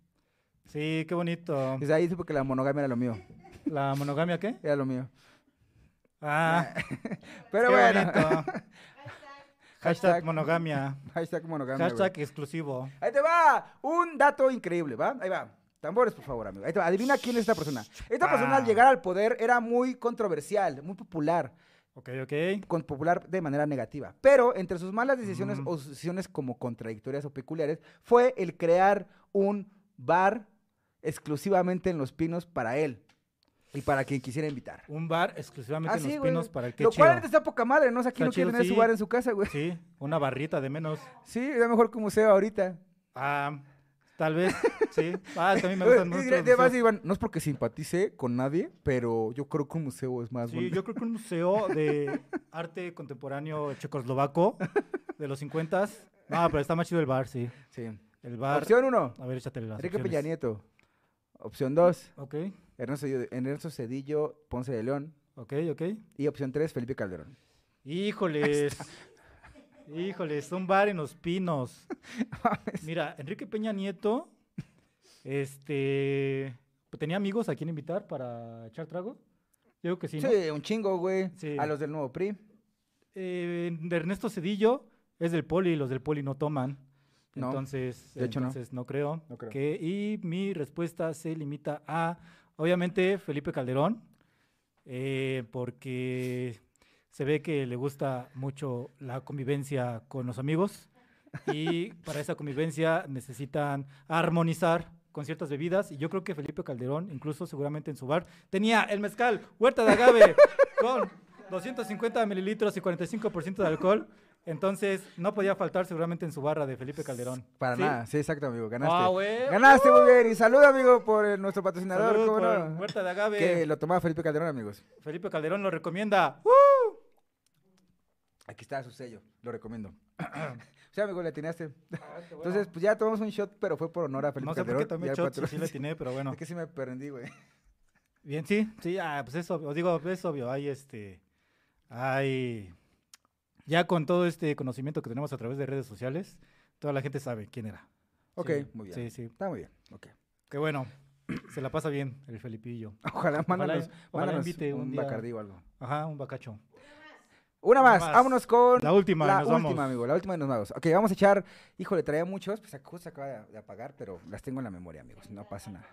Sí, qué bonito.
Desde ahí supe que la monogamia era lo mío.
¿La monogamia qué?
Era lo mío.
Ah,
Pero
qué
bueno,
bonito.
Hashtag.
Hashtag monogamia.
hashtag monogamia. güey.
Hashtag exclusivo.
Ahí te va. Un dato increíble, ¿va? Ahí va. Tambores, por favor, amigo. Ahí te va. Adivina quién es esta persona. Esta persona al
Ah.
llegar al poder era muy controversial, muy popular.
Ok, ok.
con popular de manera negativa. Pero entre sus malas decisiones
Mm.
o sus decisiones como contradictorias o peculiares fue el crear un bar exclusivamente en Los Pinos para él y para quien quisiera invitar.
Un bar exclusivamente
Ah,
en
sí,
los
güey.
pinos para el que
Lo
chido.
cual antes está poca madre, ¿no? O sea, aquí
Está
no quiere
chido,
tener su
sí.
bar en su casa, güey.
Sí, una barrita de menos.
Sí, era mejor como sea ahorita.
Ah, Tal vez, sí. Ah, es que a mí me gustan mucho los
Además,
museos.
Iván, no es porque simpatice con nadie, pero yo creo que un museo es más
Sí,
bonito.
yo creo que un museo de arte contemporáneo checoslovaco de los 50 No, pero está más chido el bar, sí.
Sí.
El bar.
Opción 1,
A ver, échatele las
Enrique Peña
opciones.
Nieto. Opción 2,
Ok,
Ernesto, Cedillo- Ernesto Cedillo Ponce de León.
ok, ok.
Y opción 3, Felipe Calderón.
Híjoles. Híjoles, un bar en los pinos. Mira, Enrique Peña Nieto, este, tenía amigos a quien invitar para echar trago. Yo creo que sí.
Sí,
¿no?
un chingo, güey.
Sí.
A los del nuevo PRI.
Eh, de Ernesto Cedillo es del poli, los del poli no toman.
No,
entonces,
de hecho no.
entonces no. creo.
No creo.
que- y mi respuesta se limita a, obviamente, Felipe Calderón, eh, porque se ve que le gusta mucho la convivencia con los amigos y para esa convivencia necesitan armonizar con ciertas bebidas y yo creo que Felipe Calderón, incluso seguramente en su bar, tenía el mezcal Huerta de Agave con 250 mililitros y 45% de alcohol, entonces no podía faltar seguramente en su barra de Felipe Calderón.
Para
¿Sí?
nada, sí, exacto, amigo. Ganaste.
Ah, güey.
Ganaste muy bien. Y salud, amigo, por eh, nuestro patrocinador.
Salud
¿cómo
por
no?
Huerta de Agave.
Que Ah, lo tomaba Felipe Calderón, amigos.
Felipe Calderón lo recomienda.
Aquí está su sello, lo recomiendo. o sea, amigo, le atinaste. Entonces, pues ya tomamos un shot, pero fue por honor a Felipe
Ah, no sé por
Calderón.
qué tomé
ya
shots,
patro-
sí le atiné, pero bueno.
Es que sí me perdí, güey.
Bien, sí, sí, ah, pues es obvio, digo, es obvio, hay este, hay, ya con todo este conocimiento que tenemos a través de redes sociales, toda la gente sabe quién era.
Ok,
Sí,
muy bien.
Sí, sí,
Está muy bien. Ok.
qué bueno, se la pasa bien el Felipillo.
Ojalá, mándanos,
ojalá
mándanos
invite
un,
un día.
bacardí o algo.
Ajá, un bacacho.
Una más,
más.
vámonos con
La última, y
la
nos
última,
vamos.
amigo, la última de los magos. Ok, vamos a echar, híjole, traía muchos, pues justo se acaba de, de apagar, pero las tengo en la memoria, amigos, no pasa nada.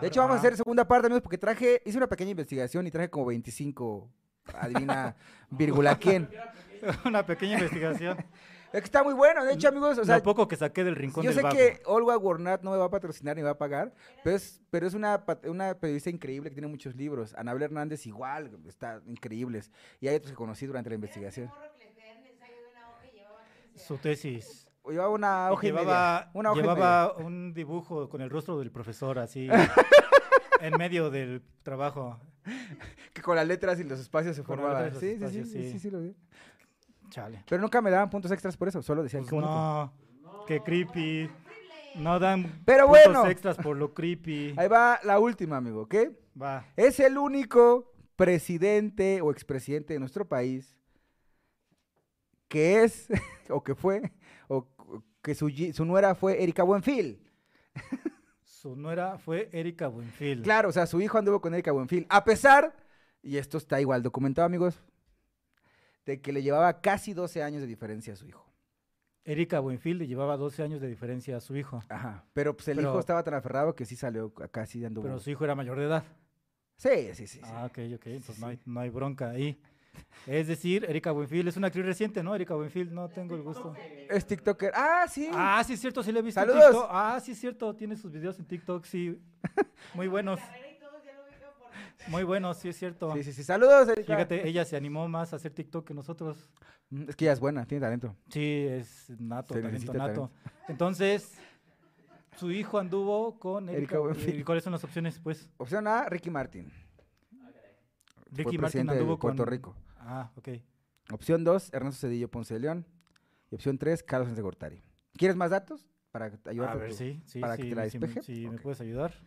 De hecho, vamos a
Ajá.
hacer segunda parte, amigos, porque traje, hice una pequeña investigación y traje como 25, adivina, virgula quién.
una pequeña investigación.
Es que está muy bueno, de hecho, amigos, o sea,
Lo poco que saqué del rincón
yo
del
sé
vago.
que Olga Gornat no me va a patrocinar ni me va a pagar, pero es, pero es una, pat- una periodista increíble que tiene muchos libros. Anabel Hernández igual, está increíbles. Y hay otros que conocí durante la investigación.
Su tesis.
Llevaba una
Y
hoja y
llevaba,
media. Una hoja y media.
llevaba un dibujo con el rostro del profesor así en medio del trabajo.
Que con las letras y los espacios se
Con las
formaba.
letras y
Sí,
los
sí, sí,
espacios,
sí, sí,
sí.
sí, lo vi.
Chale.
Pero nunca me daban puntos extras por eso, solo decían
Pues
qué bonito.
no, qué creepy. No dan
Pero
puntos
bueno.
extras por lo creepy.
Ahí va la última, amigo, ¿ok?
Va.
Es el único presidente o expresidente de nuestro país que es, o que fue, o o que su, yi- su nuera fue Erika Buenfil.
Su nuera fue Erika Buenfil.
Claro, o sea, su hijo anduvo con Erika Buenfil. A pesar, y esto está igual documentado, amigos, de que le llevaba casi 12 años de diferencia a su hijo.
Erika Buenfil le llevaba 12 años de diferencia a su hijo,
Ajá. Pero pues el
Pero-
hijo estaba tan aferrado que sí salió a- casi dando.
pero su hijo era mayor de edad.
Sí, sí, sí. sí.
Ah, ok, ok, entonces no hay, no hay bronca ahí. Es decir, Erika Buenfil es una actriz reciente, ¿no? Erika Buenfil, no tengo el gusto.
Es TikToker. Ah, sí.
Ah, sí es cierto, sí lo he visto en
Saludos.
TikTok. Ah, sí es cierto, tiene sus videos en TikTok, sí. Muy buenos. Muy buenos, sí es cierto.
Sí, sí, sí. Saludos, Erika.
Fíjate, ella se animó más a hacer TikTok que nosotros.
Mm, Es que ella es buena, tiene talento.
Sí, es nato,
Se
talento
necesita
nato. Entonces, su hijo anduvo con
Erika
Erika. eh,
Buenfil.
¿Y cuáles son las opciones, pues?
Opción A, Ricky Martin.
Ricky Martin
presidente de
anduvo
Puerto
con...
Rico.
Ah, ok.
Opción 2, Ernesto Cedillo Ponce de León. Y opción 3, Carlos Sánchez de Gortari. ¿Quieres más datos? Para que- ayudarte.
A ver,
tú.
sí, sí,
para que
sí,
te la
sí me-
despeje.
sí, me
Ok.
puedes ayudar.
¡Oh,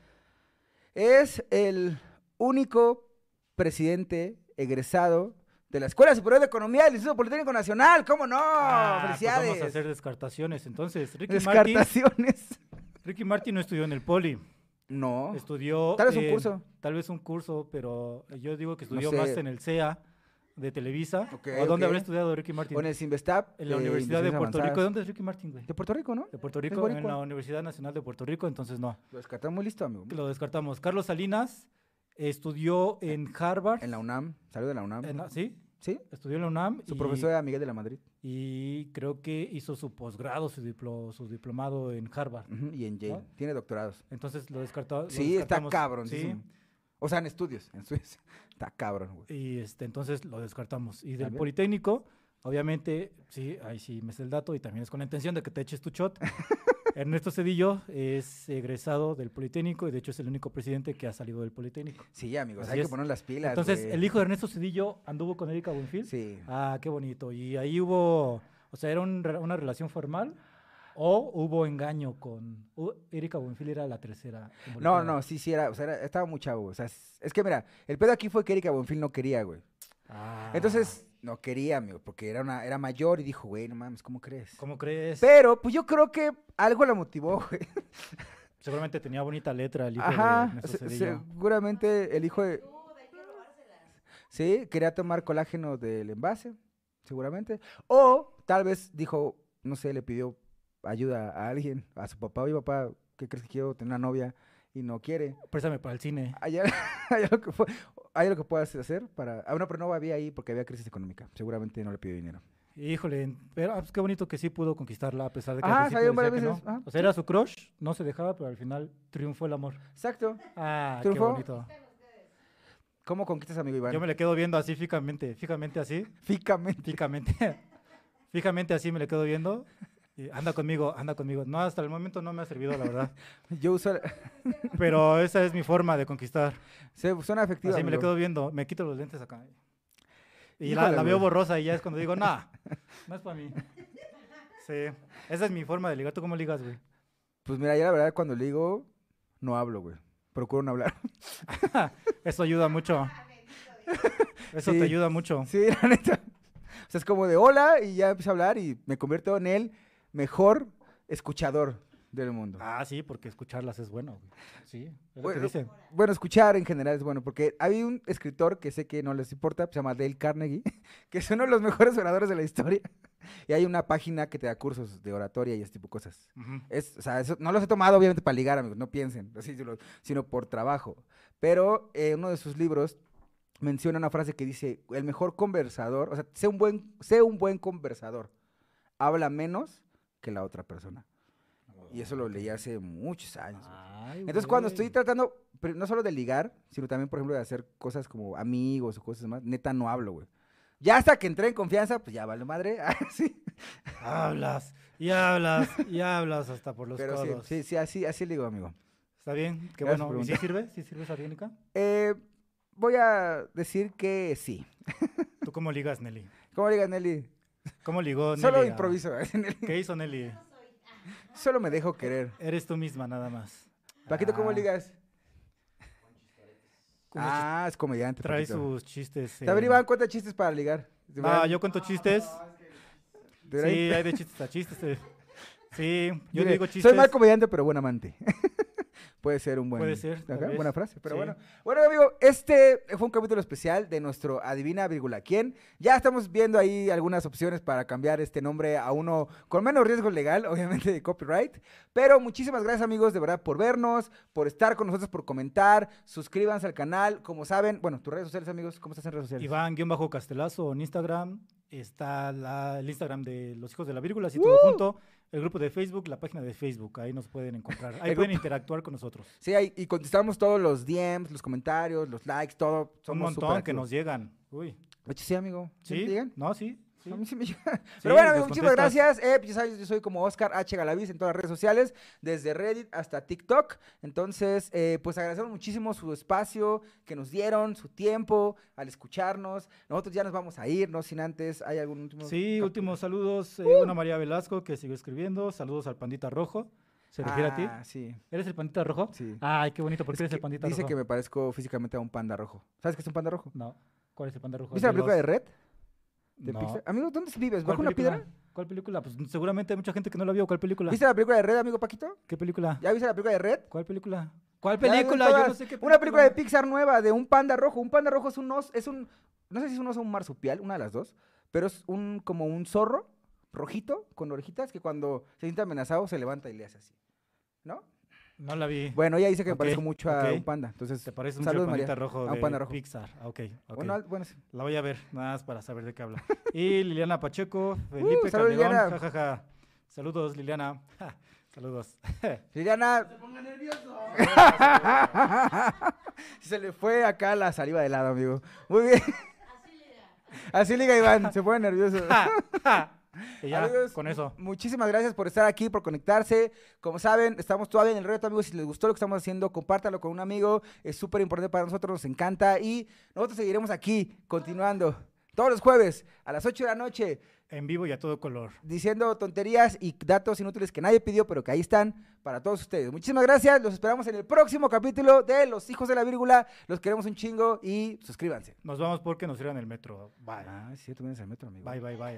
Es el único presidente egresado de la Escuela Superior de Economía del Instituto Politécnico Nacional. ¿Cómo no?
Ah, pues
Felicidades.
vamos a hacer descartaciones. Entonces, Ricky Martin,
Descartaciones.
Ricky Martin no estudió en el poli.
No.
Estudió.
Oh. Tal vez un curso.
Tal vez un curso, pero yo digo que
No
estudió
sé.
más en el CEA de Televisa.
Ok,
¿O dónde
ok.
habrá estudiado Ricky Martin?
O en el Simvestab.
En la
eh,
Universidad de
Investigaciones
Puerto Rico. ¿De
Avanzadas.
dónde es Ricky Martin, güey?
De Puerto Rico, ¿no?
De Puerto
Es
Rico, en
boricua.
la Universidad Nacional de Puerto Rico, entonces no.
Lo descartamos listo, amigo.
Lo descartamos. Carlos Salinas estudió en Harvard.
En la UNAM. Salud de la UNAM.
en la- ¿Sí?
¿Sí?
Estudió en la UNAM.
Su
y-
profesora era Miguel de la Madrid.
Y creo que hizo su posgrado, su, diplo- su diplomado en Harvard.
Ujú, Y en Yale.
¿No?
Tiene doctorados.
Entonces lo, descarta, lo
Mm. Sí, está
descartamos.
cabrón.
Sí.
O sea, en estudios. En estudios. Está cabrón, güey.
Y este, entonces lo descartamos. Y del
También.
Politécnico, obviamente, sí, ahí sí me es el dato y también es con la intención de que te eches tu shot. Ernesto Cedillo es egresado del Politécnico y de hecho es el único presidente que ha salido del Politécnico.
Sí, amigos,
Así
hay que
es.
poner las pilas.
Entonces,
güey.
el hijo de Ernesto Cedillo anduvo con Erika Buenfield.
Sí.
Ah, qué bonito. Y ahí hubo, o sea, era un re- una relación formal o hubo engaño con u- Erika Buenfield era la tercera.
No,
involucrada.
no, sí, sí, era, o sea, era- estaba muy chavo. O sea, es, es que mira, el pedo aquí fue que Erika Buenfil no quería, güey.
Ah,
Entonces, no quería, amigo, porque era, una, era mayor y dijo, güey, no mames, ¿cómo crees?
¿cómo crees?
Pero, pues yo creo que algo la motivó, güey.
Seguramente tenía bonita letra el hijo de
Ajá,
Ernesto
se-
Cedillo.
seguramente el hijo de... Sí, quería tomar colágeno del envase, seguramente. O tal vez dijo, no sé, le pidió ayuda a alguien, a su papá, oye papá, ¿qué crees que quiero tener una novia? Y no quiere.
Présame para el cine.
Hay, al- hay algo que fue- hay algo que puedas hacer para... Ah, no, pero no había ahí porque había crisis económica. Seguramente no le pidió dinero.
Híjole, en- pero ah, pues, qué bonito que sí pudo conquistarla a pesar de que
Ajá,
al principio
salieron Ah, varias
decía que
veces, ah,
no.
ajá,
O sea, era su crush, no se dejaba, pero al final triunfó el amor.
Exacto.
Ah,
¿Triunfó?
qué bonito.
¿Cómo conquistas, amigo Iván?
Yo me le quedo viendo así fijamente, fijamente así,
Físicamente.
fijamente, fijamente así me le quedo viendo. y anda conmigo, anda conmigo. No, hasta el momento no me ha servido, la verdad.
Yo uso...
Pero esa es mi forma de conquistar.
Se, suena efectivo,
Así me le
amigo.
quedo viendo, me quito los lentes acá. Y la,
Híjole,
la veo
güey.
borrosa y ya es cuando digo, nah, no es para mí. Sí, esa es mi forma de ligar. ¿Tú cómo ligas, güey?
Pues mira, yo la verdad cuando le digo, no hablo, güey. Procuro no hablar.
Eso ayuda mucho. Eso
Sí.
te ayuda mucho.
Sí, la neta. O sea, es como de hola y ya empiezo a hablar y me convierto en el mejor escuchador del mundo.
Ah, sí, porque escucharlas es bueno, güey. Sí, es lo que
Bueno,
dicen.
Bueno, escuchar en general es bueno, porque hay un escritor que sé que no les importa, se llama Dale Carnegie, que es uno de los mejores oradores de la historia. Y hay una página que te da cursos de oratoria y ese tipo de cosas.
Ujú.
Es, o sea, eso no los he tomado obviamente para ligar, amigos, no piensen, así se lo- sino por trabajo. Pero eh, uno de sus libros menciona una frase que dice, el mejor conversador, o sea, sé un buen, sé un buen conversador, habla menos que la otra persona. Y eso lo leí hace muchos años. güey.
Ay,
Entonces, cuando estoy
güey.
tratando, pero no solo de ligar, sino también, por ejemplo, de hacer cosas como amigos o cosas más, neta no hablo, güey. Ya hasta que entré en confianza, pues ya vale madre, así.
Hablas, y hablas, y hablas hasta por los
Pero sí,
codos.
sí, sí, así, así le digo, amigo.
¿Está bien? Qué
Gracias
bueno.
por
¿Y sí sirve? ¿Sí sirve esa técnica?
Eh, voy a decir que sí.
¿Tú cómo ligas, Nelly?
¿Cómo diga Nelly?
¿Cómo ligó Nelly?
Solo
a-
improviso. Nelly.
¿Qué hizo Nelly?
Solo me dejo querer.
Eres tú misma, nada más.
Paquito, ¿cómo
Ah,
ligas?
como chis-
Ah, es comediante.
trae
Paquito.
sus chistes.
También
eh,
Iván cuenta chistes para ligar. De
Ah,
verdad,
yo cuento chistes.
Ah, de
Sí,
verdad,
hay de chistes a chistes. eh. Sí, yo
mire,
digo chistes.
Soy mal comediante, pero buen amante. Puede ser un buen.
Puede ser, tal
ajá,
vez.
buena frase, pero
Sí.
bueno. Bueno, amigo, este fue un capítulo especial de nuestro Adivina, vírgula, ¿quién? Ya estamos viendo ahí algunas opciones para cambiar este nombre a uno con menos riesgo legal, obviamente, de copyright. Pero muchísimas gracias, amigos, de verdad, por vernos, por estar con nosotros, por comentar. Suscríbanse al canal. Como saben, bueno, tus redes sociales, amigos, ¿cómo estás en redes sociales?
Iván-Castelazo en Instagram. Está la- el Instagram de Los Hijos de la Vírgula, así todo junto. El grupo de Facebook, la página de Facebook. Ahí nos pueden encontrar. Ahí
El
pueden interactuar con nosotros.
Sí, ahí- y contestamos todos los DMs, los comentarios, los likes, todo.
Son un
Somos
montón que nos llegan. Uy.
superactivos. Sí, amigo. ¿Sí?
¿Sí?
te llegan?
No, sí. sí.
A mí sí me llega.
Sí,
Pero bueno,
los
amigos, muchísimas
contestas.
gracias. Eh, pues ya sabes, yo soy como Oscar H. Galaviz en todas las redes sociales, desde Reddit hasta TikTok. Entonces, eh, pues agradecemos muchísimo su espacio que nos dieron, su tiempo, al escucharnos. Nosotros ya nos vamos a ir, no sin antes. ¿Hay algún último?
Sí,
cap-
últimos saludos. eh, Una María Velasco que siguió escribiendo. Saludos al Pandita Rojo. Se refiere a
Ah,
ti. Ah,
Sí.
¿Eres el Pandita Rojo?
Sí.
Ay, qué bonito. ¿Por
Es
qué eres
que
el Pandita
dice
Rojo?
que me parezco físicamente a un panda rojo. ¿Sabes qué es un panda rojo?
No. ¿Cuál es el Panda Rojo?
¿Viste la
¿El de
película de
los-
Red? De
No.
Pixar. Amigo, ¿dónde vives?
¿Cuál
¿Bajo una
película?
piedra?
¿Cuál película? Pues seguramente hay mucha gente que no la vio. ¿Cuál película?
¿Viste la película de Red, amigo Paquito?
¿Qué película?
¿Ya viste la película de Red?
¿Cuál película? ¿Cuál
Ya la vi en
película? Yo no
todas.
sé qué
Una película de Pixar nueva, de un panda rojo. Un panda rojo es un oso, es un, no sé si es un oso o un marsupial, una de las dos, pero es un como un zorro rojito con orejitas que cuando se siente amenazado se levanta y le hace así. ¿No?
No la vi.
Bueno, ella dice que me
Ok,
parezco mucho a
ok.
un panda. Entonces,
¿Te parece un
saludos, María,
Pandita Rojo
a un
de
panda rojo.
Pixar? Ah, Ok, ok.
Bueno, al- bueno, sí.
La voy a ver, nada más para saber de qué habla. Y Liliana Pacheco,
saludos,
Felipe Calderón,
Uh, Liliana.
jajaja. Saludos, Liliana. Ja, saludos.
Liliana. Se ponga nervioso. se le fue acá la saliva de lado, amigo. Muy bien. Así liga. Así liga, Iván. Se pone nervioso.
Ja, ja. Y ya,
Amigos,
con eso.
Muchísimas gracias por estar aquí, por conectarse. Como saben, estamos todavía en el reto, amigos. Si les gustó lo que estamos haciendo, compártalo con un amigo. Es súper importante para nosotros, nos encanta. Y nosotros seguiremos aquí, continuando, todos los jueves a las 8 de la noche,
En vivo y a todo color.
diciendo tonterías y datos inútiles que nadie pidió, pero que ahí están para todos ustedes. Muchísimas gracias. Los esperamos en el próximo capítulo de Los Hijos de la Vírgula. Los queremos un chingo y suscríbanse.
Nos vamos porque nos irán el metro. Bye.
Ah, sí, tú vienes al metro, amigo.
Bye, bye, bye.